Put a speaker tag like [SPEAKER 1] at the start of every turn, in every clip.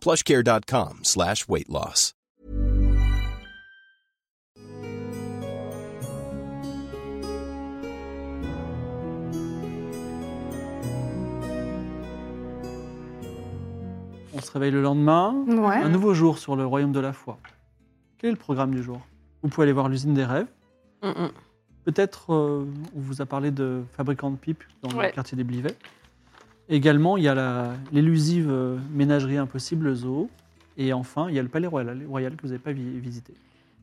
[SPEAKER 1] plushcare.com slash weight loss.
[SPEAKER 2] On se réveille le lendemain,
[SPEAKER 3] Ouais.
[SPEAKER 2] un nouveau jour sur le royaume de la foi. Quel est le programme du jour Vous pouvez aller voir l'usine des rêves.
[SPEAKER 4] Mm, mm.
[SPEAKER 2] Peut-être, euh, on vous a parlé de fabricants de pipes dans
[SPEAKER 4] Ouais.
[SPEAKER 2] le quartier des Blivets. Également, il y a la- l'élusive euh, ménagerie impossible, le zoo. Et enfin, il y a le palais royal, royal que vous n'avez pas vi- visité.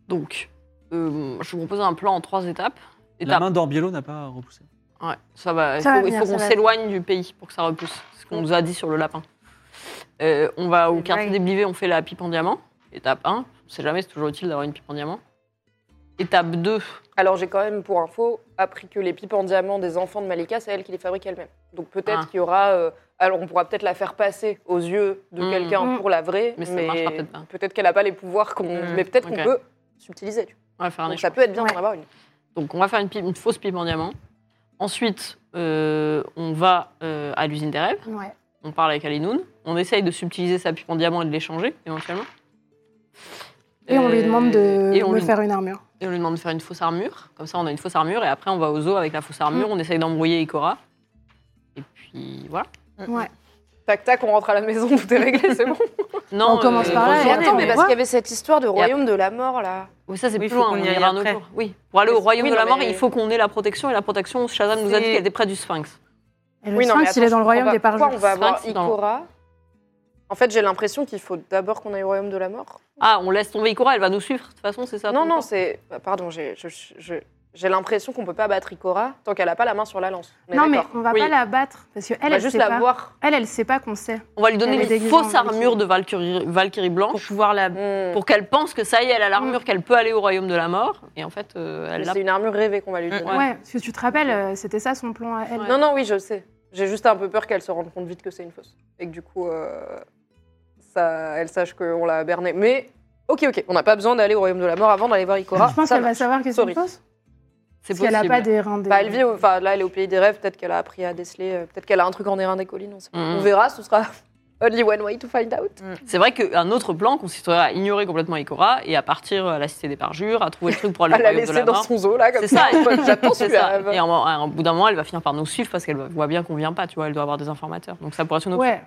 [SPEAKER 4] Donc, euh, je vous propose un plan en trois étapes.
[SPEAKER 2] La
[SPEAKER 4] Étape.
[SPEAKER 2] main d'Orbiello n'a pas repoussé.
[SPEAKER 4] Ouais, ça va. Il
[SPEAKER 3] Ça va
[SPEAKER 4] faut, il
[SPEAKER 3] venir,
[SPEAKER 4] faut
[SPEAKER 3] ça
[SPEAKER 4] qu'on
[SPEAKER 3] va
[SPEAKER 4] s'éloigne du pays pour que ça repousse. Ce qu'on nous a dit sur le lapin. Euh, on va au
[SPEAKER 3] Right.
[SPEAKER 4] quartier des Blivets, on fait la pipe en diamant. Étape 1. On sait jamais, c'est toujours utile d'avoir une pipe en diamant. Étape 2.
[SPEAKER 5] Alors j'ai quand même pour info appris que les pipes en diamant des enfants de Malika, c'est elle qui les fabrique elle-même. Donc peut-être
[SPEAKER 4] Ah.
[SPEAKER 5] qu'il y aura. euh, alors on pourra peut-être la faire passer aux yeux de
[SPEAKER 4] Mm.
[SPEAKER 5] quelqu'un
[SPEAKER 3] Mm.
[SPEAKER 5] pour la vraie,
[SPEAKER 4] Mais ça marchera peut-être pas.
[SPEAKER 5] qu'elle n'a pas les pouvoirs qu'on.
[SPEAKER 4] Mm.
[SPEAKER 5] Mais peut-être
[SPEAKER 4] Ok.
[SPEAKER 5] qu'on peut subtiliser. tu vois.
[SPEAKER 4] On va faire un
[SPEAKER 5] Donc ça
[SPEAKER 4] échange.
[SPEAKER 5] peut être bien
[SPEAKER 3] Ouais.
[SPEAKER 5] d'en avoir une.
[SPEAKER 4] Donc, on va faire une, pipe- une fausse pipe en diamant. Ensuite, euh, on va euh, à l'usine des rêves.
[SPEAKER 3] Ouais.
[SPEAKER 4] On parle avec Alinoun. On essaye de subtiliser sa pipe en diamant et de l'échanger, éventuellement.
[SPEAKER 3] Et on lui
[SPEAKER 4] Euh,
[SPEAKER 3] demande
[SPEAKER 4] et
[SPEAKER 3] de
[SPEAKER 4] on
[SPEAKER 3] me
[SPEAKER 4] lui-
[SPEAKER 3] faire une armure.
[SPEAKER 4] Et on lui demande de faire une fausse armure. Comme ça, on a une fausse armure. Et après, on va au zoo avec la fausse armure. On essaye d'embrouiller Ikora. Et puis, voilà.
[SPEAKER 5] Mmh.
[SPEAKER 3] Ouais.
[SPEAKER 5] Tac tac, on rentre à la maison, tout est réglé, c'est bon.
[SPEAKER 4] Non, euh,
[SPEAKER 3] On commence par là,
[SPEAKER 4] bonne
[SPEAKER 3] et
[SPEAKER 5] Mais
[SPEAKER 3] Ouais,
[SPEAKER 4] journée,
[SPEAKER 5] attends, mais
[SPEAKER 3] on
[SPEAKER 5] parce
[SPEAKER 3] voit.
[SPEAKER 5] qu'il y avait cette histoire de royaume de la mort là.
[SPEAKER 4] Oui, ça, c'est
[SPEAKER 6] Oui,
[SPEAKER 4] plus
[SPEAKER 6] faut
[SPEAKER 4] loin.
[SPEAKER 6] qu'on
[SPEAKER 4] On
[SPEAKER 6] y aille
[SPEAKER 4] ira un autre
[SPEAKER 6] après.
[SPEAKER 4] jour. Oui. Pour aller au
[SPEAKER 5] Oui,
[SPEAKER 4] royaume
[SPEAKER 5] non,
[SPEAKER 4] de la mort,
[SPEAKER 5] mais-
[SPEAKER 4] il faut qu'on ait la protection. Et la protection, Shazam nous a dit
[SPEAKER 5] C'est-
[SPEAKER 4] qu'elle était près du sphinx.
[SPEAKER 3] Et le sphinx, il est dans le royaume des parjures.
[SPEAKER 5] Pourquoi on va avoir
[SPEAKER 4] Sphinx dans le-
[SPEAKER 5] Ikora En fait, j'ai l'impression qu'il faut d'abord qu'on aille au royaume de la mort.
[SPEAKER 4] Ah, on laisse tomber Ikora, elle va nous suivre. De toute façon, c'est ça.
[SPEAKER 5] Non,
[SPEAKER 4] ton
[SPEAKER 5] non,
[SPEAKER 4] plan
[SPEAKER 5] c'est. bah, Pardon, j'ai je- je- j'ai l'impression qu'on peut pas battre Ikora tant qu'elle a pas la main sur la lance. On est
[SPEAKER 3] Non, mais
[SPEAKER 5] d'accord.
[SPEAKER 3] on va
[SPEAKER 4] Oui.
[SPEAKER 3] pas la battre. Parce qu'elle,
[SPEAKER 5] on
[SPEAKER 3] elle,
[SPEAKER 5] va
[SPEAKER 3] elle
[SPEAKER 5] juste
[SPEAKER 3] sait
[SPEAKER 5] la
[SPEAKER 3] pas.
[SPEAKER 5] voir.
[SPEAKER 3] Elle, elle sait pas qu'on sait.
[SPEAKER 4] On va lui
[SPEAKER 3] Elle
[SPEAKER 4] donner
[SPEAKER 3] est
[SPEAKER 4] une
[SPEAKER 3] déguisée
[SPEAKER 4] fausse
[SPEAKER 3] en Valkyrie.
[SPEAKER 4] armure de Valkyrie, Valkyrie
[SPEAKER 6] Pour
[SPEAKER 4] blanche
[SPEAKER 6] pouvoir la.
[SPEAKER 5] Hmm.
[SPEAKER 4] pour qu'elle pense que ça y est, elle a l'armure, qu'elle peut aller au royaume de la mort. Et en fait, euh, elle
[SPEAKER 5] Mais
[SPEAKER 4] l'a.
[SPEAKER 5] C'est une armure rêvée qu'on va lui
[SPEAKER 6] Mm,
[SPEAKER 5] donner.
[SPEAKER 3] Ouais. parce que tu te rappelles, euh, c'était ça son plan à elle.
[SPEAKER 4] Ouais.
[SPEAKER 5] Non, non, oui, je sais. J'ai juste un peu peur qu'elle se rende compte vite que c'est une fausse. Et que du coup, euh, ça, elle sache qu'on l'a bernée. Mais, ok, ok, on n'a pas besoin d'aller au royaume de la mort avant d'aller voir Ikora.
[SPEAKER 3] Je pense
[SPEAKER 5] Ah, Ça
[SPEAKER 3] qu'elle va
[SPEAKER 5] marche.
[SPEAKER 3] savoir que c'est
[SPEAKER 5] Sorry.
[SPEAKER 3] une fausse.
[SPEAKER 4] C'est
[SPEAKER 3] Si elle a
[SPEAKER 4] possible.
[SPEAKER 3] pas des reins. des-
[SPEAKER 5] Bah, elle vit, au- enfin, là, elle est au pays des rêves. Peut-être qu'elle a appris à déceler. euh, Peut-être qu'elle a un truc en airain des collines. On, sait pas.
[SPEAKER 4] Mm.
[SPEAKER 5] On verra, ce sera only one way to find out.
[SPEAKER 4] C'est vrai qu'un autre plan consisterait à ignorer complètement Ikora et à partir à la cité des parjures, à trouver le truc pour aller
[SPEAKER 5] Elle
[SPEAKER 4] au
[SPEAKER 5] l'a
[SPEAKER 4] royaume de
[SPEAKER 5] laissé
[SPEAKER 4] la
[SPEAKER 5] dans
[SPEAKER 4] mort.
[SPEAKER 5] son zoo, là, comme
[SPEAKER 4] C'est ça.
[SPEAKER 5] ça. J'attends
[SPEAKER 4] C'est
[SPEAKER 5] celui-là.
[SPEAKER 4] ça. Et en- en- au bout d'un moment, elle va finir par nous suivre parce qu'elle voit bien qu'on vient pas, tu vois, elle doit avoir des informateurs. Donc ça pourrait être une option.
[SPEAKER 3] Ouais.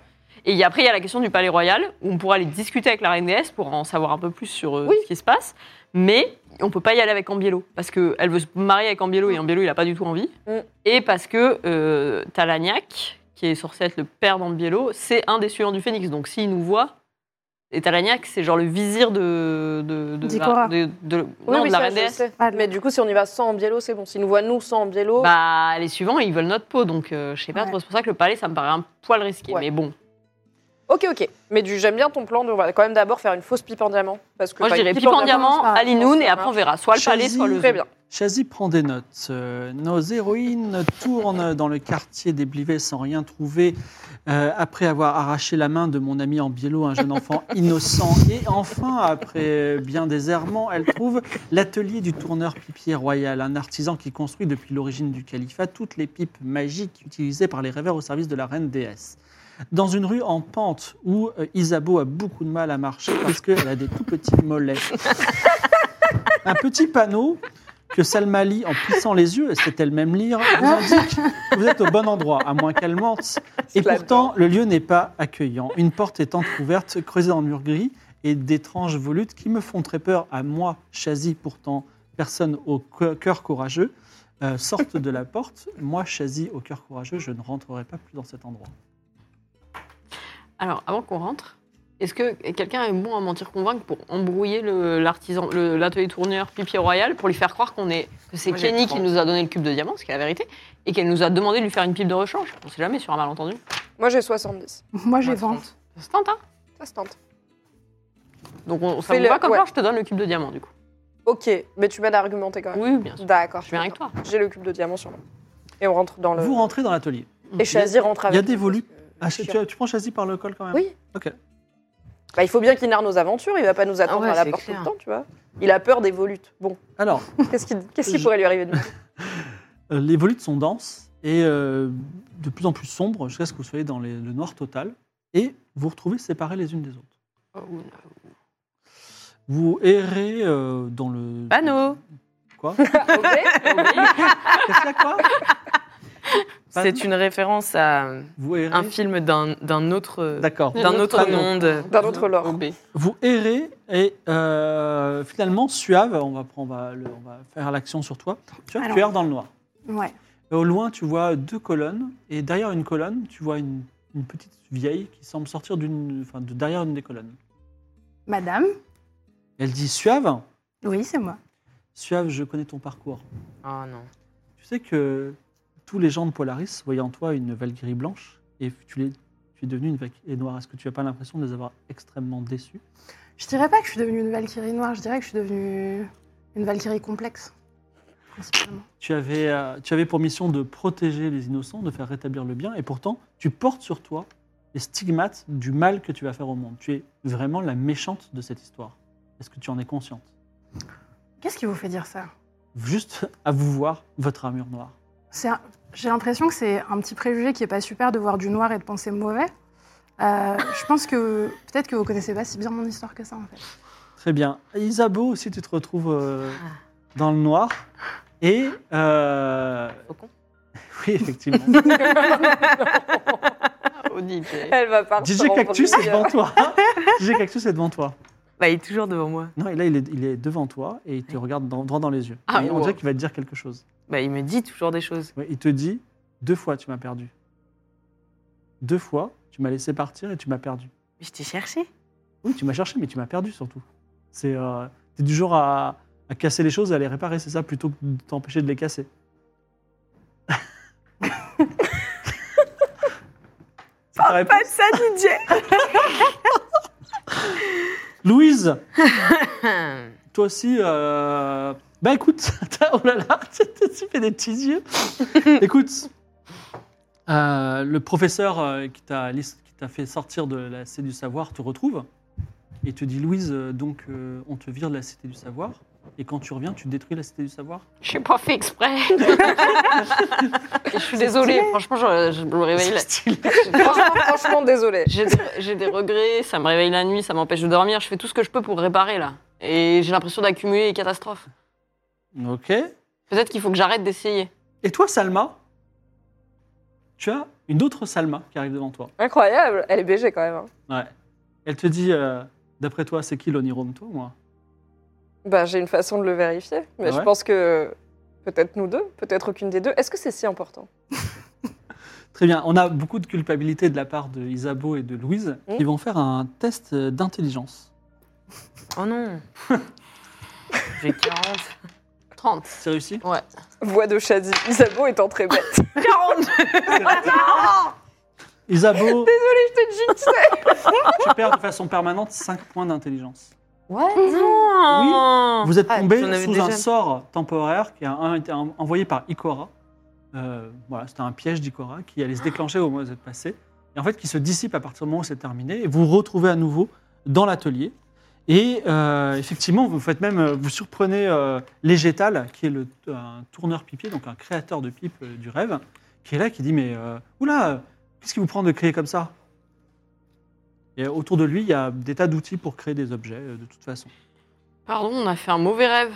[SPEAKER 4] Et il y a- après, il y a la question du palais royal où on pourra aller discuter avec la reine déesse pour en savoir un peu plus sur euh,
[SPEAKER 5] Oui.
[SPEAKER 4] ce qui se passe. Mais on peut pas y aller avec Ambiello parce qu'elle veut se marier avec Ambiello et Ambiello, il a pas du tout envie.
[SPEAKER 5] Mm.
[SPEAKER 4] Et parce que euh, Talagnac, qui est censé être le père d'Ambiello, c'est un des suivants du phénix. Donc s'il nous voit. Et Talagnac, c'est genre le vizir de. de, de,
[SPEAKER 3] D'Ikora.
[SPEAKER 4] de- de-
[SPEAKER 5] Oui,
[SPEAKER 4] non,
[SPEAKER 5] oui,
[SPEAKER 4] de la
[SPEAKER 5] ça,
[SPEAKER 4] reine
[SPEAKER 5] je
[SPEAKER 4] déesse.
[SPEAKER 5] sais.
[SPEAKER 3] Ah,
[SPEAKER 5] Mais du coup, si on y va sans en biello, c'est bon. S'ils nous voient, nous, sans en biello,
[SPEAKER 4] Bah, les suivants, ils veulent notre peau, donc euh, je sais pas
[SPEAKER 3] Ouais.
[SPEAKER 4] trop. C'est pour ça que le palais, ça me paraît un poil risqué.
[SPEAKER 5] Ouais.
[SPEAKER 4] Mais bon,
[SPEAKER 5] Ok, ok. Mais du- j'aime bien ton plan. De, on va quand même d'abord faire une fausse pipe en diamant. Parce que,
[SPEAKER 4] moi je
[SPEAKER 5] bah,
[SPEAKER 4] dirais
[SPEAKER 5] une
[SPEAKER 4] pipe en diamant,
[SPEAKER 3] ça-
[SPEAKER 4] Alinoun, et
[SPEAKER 5] ça
[SPEAKER 4] après on
[SPEAKER 5] marche.
[SPEAKER 4] verra. Soit le palais,
[SPEAKER 2] Choisis.
[SPEAKER 4] soit le.
[SPEAKER 5] Très bien.
[SPEAKER 2] Chazy prend des notes. Euh, nos héroïnes tournent dans le quartier des Blivets sans rien trouver. Euh, après avoir arraché la main de mon ami en biello, un jeune enfant innocent, et enfin, après bien des errements, elle trouve l'atelier du tourneur pipier royal, un artisan qui construit depuis l'origine du califat toutes les pipes magiques utilisées par les rêveurs au service de la reine déesse. Dans une rue en pente où euh, Isabeau a beaucoup de mal à marcher parce qu'elle a des tout petits mollets. Un petit panneau que Salma lit en plissant les yeux, et c'est elle-même lire, vous indique que vous êtes au bon endroit, à moins qu'elle mente. Et
[SPEAKER 5] Cela
[SPEAKER 2] pourtant, le lieu n'est pas accueillant. Une porte est entr'ouverte, creusée dans le mur gris, et d'étranges volutes qui me font très peur à moi, Chazy, pourtant personne au co- cœur courageux, euh, sortent de la porte. Moi, Chazy, au cœur courageux, je ne rentrerai pas plus dans cet endroit.
[SPEAKER 4] Alors, avant qu'on rentre, est-ce que quelqu'un est bon à mentir convaincre pour embrouiller le- l'artisan, le- l'atelier tourneur Pipier Royal pour lui faire croire qu'on est que c'est
[SPEAKER 6] Moi, j'ai
[SPEAKER 4] Kenny
[SPEAKER 6] trente.
[SPEAKER 4] qui nous a donné le cube de diamant, ce qui est la vérité, et qu'elle nous a demandé de lui faire une pipe de rechange. On sait jamais sur un malentendu.
[SPEAKER 5] Moi, j'ai 70.
[SPEAKER 3] Moi, j'ai
[SPEAKER 6] Moi,
[SPEAKER 3] vente.
[SPEAKER 4] Ça se tente, hein
[SPEAKER 5] Ça se tente.
[SPEAKER 4] Donc on, ça
[SPEAKER 5] Fais
[SPEAKER 4] vous
[SPEAKER 5] le-
[SPEAKER 4] va comme
[SPEAKER 5] ouais.
[SPEAKER 4] ça, je te donne le cube de diamant du coup.
[SPEAKER 5] Ok, mais tu m'aides à argumenter quand même.
[SPEAKER 4] Oui, bien sûr.
[SPEAKER 5] D'accord.
[SPEAKER 4] Je viens avec toi.
[SPEAKER 5] J'ai le cube de diamant sur moi. Et on rentre dans le.
[SPEAKER 2] Vous rentrez dans l'atelier.
[SPEAKER 5] Et Shazzy rentre Euh, avec.
[SPEAKER 2] Il y a des volutes. Ah,
[SPEAKER 5] parce que-
[SPEAKER 2] tu, tu prends Chazy par le col quand même
[SPEAKER 5] Oui.
[SPEAKER 2] Ok.
[SPEAKER 5] Bah, il faut bien qu'il narre nos aventures. Il va pas nous attendre
[SPEAKER 6] Ah ouais,
[SPEAKER 5] à la
[SPEAKER 6] c'est
[SPEAKER 5] porte
[SPEAKER 6] clair.
[SPEAKER 5] tout le temps, tu vois. Il a peur des volutes. Bon,
[SPEAKER 2] Alors,
[SPEAKER 5] qu'est-ce qui, qu'est-ce qui
[SPEAKER 2] Je-
[SPEAKER 5] pourrait lui arriver de mal
[SPEAKER 2] Euh, Les volutes sont denses et euh, de plus en plus sombres jusqu'à ce que vous soyez dans les- le noir total et vous vous retrouvez séparés les unes des autres.
[SPEAKER 4] Oh,
[SPEAKER 2] Vous errez euh, dans le...
[SPEAKER 6] Panneau
[SPEAKER 2] Quoi Oh
[SPEAKER 5] Ok.
[SPEAKER 2] Qu'est-ce qu'il y a, quoi Panneau.
[SPEAKER 6] C'est une référence à
[SPEAKER 2] Vous errez...
[SPEAKER 6] un film d'un d'un autre,
[SPEAKER 2] D'accord.
[SPEAKER 6] d'un autre
[SPEAKER 2] Panneau.
[SPEAKER 6] monde.
[SPEAKER 5] D'un autre lore.
[SPEAKER 2] Vous errez et euh, finalement, Suave, on va, prendre- on va, le- on va faire l'action sur toi. Suave,
[SPEAKER 3] Alors.
[SPEAKER 2] tu erres dans le noir.
[SPEAKER 3] Ouais.
[SPEAKER 2] Et au loin, tu vois deux colonnes et derrière une colonne, tu vois une, une petite vieille qui semble sortir d'une, enfin, de derrière une des colonnes.
[SPEAKER 3] Madame
[SPEAKER 2] Elle dit Suave,
[SPEAKER 3] Oui, c'est moi.
[SPEAKER 2] Suave, je connais ton parcours.
[SPEAKER 6] Oh non.
[SPEAKER 2] Tu sais que tous les gens de Polaris voyaient en toi une Valkyrie blanche et tu, l'es- tu es devenue une Valkyrie noire. Est-ce que tu n'as pas l'impression de les avoir extrêmement déçus
[SPEAKER 3] Je dirais pas que je suis devenue une Valkyrie noire, je dirais que je suis devenue une Valkyrie complexe. Principalement.
[SPEAKER 2] tu avais, euh, tu avais pour mission de protéger les innocents, de faire rétablir le bien, et pourtant, tu portes sur toi les stigmates du mal que tu vas faire au monde. Tu es vraiment la méchante de cette histoire. Est-ce que tu en es consciente
[SPEAKER 3] Qu'est-ce qui vous fait dire ça
[SPEAKER 2] Juste à vous voir, votre armure noire.
[SPEAKER 3] C'est un- J'ai l'impression que c'est un petit préjugé qui est pas super de voir du noir et de penser mauvais. Euh, je pense que peut-être que vous connaissez pas si bien mon histoire que ça en fait.
[SPEAKER 2] Très bien. Isabeau aussi, tu te retrouves euh,
[SPEAKER 4] Ah.
[SPEAKER 2] dans le noir. Et. euh,
[SPEAKER 6] Faucon.
[SPEAKER 2] Oui, effectivement.
[SPEAKER 4] Ah,
[SPEAKER 5] Elle va partir.
[SPEAKER 2] DJ
[SPEAKER 5] en
[SPEAKER 2] Cactus est
[SPEAKER 5] premier.
[SPEAKER 2] devant toi. DJ Cactus est devant toi.
[SPEAKER 6] Bah, il est toujours devant moi.
[SPEAKER 2] Non, et là, il est, il est devant toi et il te regarde dans- droit dans les yeux.
[SPEAKER 4] Ah,
[SPEAKER 2] Et on
[SPEAKER 4] wow.
[SPEAKER 2] dirait qu'il va te dire quelque chose.
[SPEAKER 6] Bah, il me dit toujours des choses.
[SPEAKER 2] Ouais, il te dit Deux fois, tu m'as perdu. Deux fois, tu m'as laissé partir et tu m'as perdu.
[SPEAKER 6] Mais je t'ai cherché.
[SPEAKER 2] Oui, tu m'as cherché, mais tu m'as perdu surtout. C'est euh, t'es du genre à, à casser les choses et à les réparer, c'est ça, plutôt que de t'empêcher de les casser. C'est ta réponse.
[SPEAKER 6] Pas de ça, DJ
[SPEAKER 2] Louise, toi aussi, euh, bah écoute, t'as- oh là là, tu tu fais des petits yeux. écoute, euh, le professeur euh, qui t'a lis- qui t'a fait sortir de la Cité du Savoir te retrouve et te dit Louise, euh, donc euh, on te vire de la Cité du Savoir et quand tu reviens, tu détruis la Cité du Savoir.
[SPEAKER 4] Je suis pas fait exprès. je suis désolée, franchement, je, je me réveille. la-
[SPEAKER 5] Franchement, franchement, désolé.
[SPEAKER 4] J'ai des, j'ai des regrets, ça me réveille la nuit, ça m'empêche de dormir. Je fais tout ce que je peux pour réparer là. Et j'ai l'impression d'accumuler les catastrophes.
[SPEAKER 2] Ok.
[SPEAKER 4] Peut-être qu'il faut que j'arrête d'essayer.
[SPEAKER 2] Et toi, Salma, tu as une autre Salma qui arrive devant toi.
[SPEAKER 5] Incroyable. Elle est BG quand même. hein.
[SPEAKER 2] Ouais. Elle te dit, euh, d'après toi, c'est qui l'onirome, toi, ou moi
[SPEAKER 5] Bah, j'ai une façon de le vérifier. Mais
[SPEAKER 2] Ah
[SPEAKER 5] je
[SPEAKER 2] ouais
[SPEAKER 5] pense que peut-être nous deux, peut-être aucune des deux. Est-ce que c'est si important
[SPEAKER 2] Très bien. On a beaucoup de culpabilité de la part de Isabeau et de Louise
[SPEAKER 6] Mm.
[SPEAKER 5] Oui.
[SPEAKER 2] qui vont faire un test euh, d'intelligence.
[SPEAKER 6] Oh non J'ai 40.
[SPEAKER 4] 30.
[SPEAKER 2] C'est réussi
[SPEAKER 5] Voix de Shadi. Isabeau étant très bête.
[SPEAKER 2] Isabeau,
[SPEAKER 5] Je te dis, tu sais.
[SPEAKER 2] tu perds de façon permanente 5 points d'intelligence.
[SPEAKER 4] Ouais.
[SPEAKER 6] Non
[SPEAKER 2] Vous êtes
[SPEAKER 6] Ah,
[SPEAKER 2] tombé
[SPEAKER 6] j'en avais
[SPEAKER 2] sous
[SPEAKER 6] déjà.
[SPEAKER 2] un sort temporaire qui a un- été en- envoyé par Ikora. Euh, voilà, c'était un piège d'Ikora qui allait se déclencher au moment où vous êtes passé. Et en fait, qui se dissipe à partir du moment où c'est terminé. Et vous vous retrouvez à nouveau dans l'atelier. Et euh, effectivement, vous faites même, euh, vous surprenez euh, Légétal, qui est le, un tourneur pipier, donc un créateur de pipe euh, du rêve, qui est là, qui dit mais euh, oula, euh, qu'est-ce qui vous prend de créer comme ça Et autour de lui, il y a des tas d'outils pour créer des objets, euh, de toute façon.
[SPEAKER 4] Pardon, on a fait un mauvais rêve.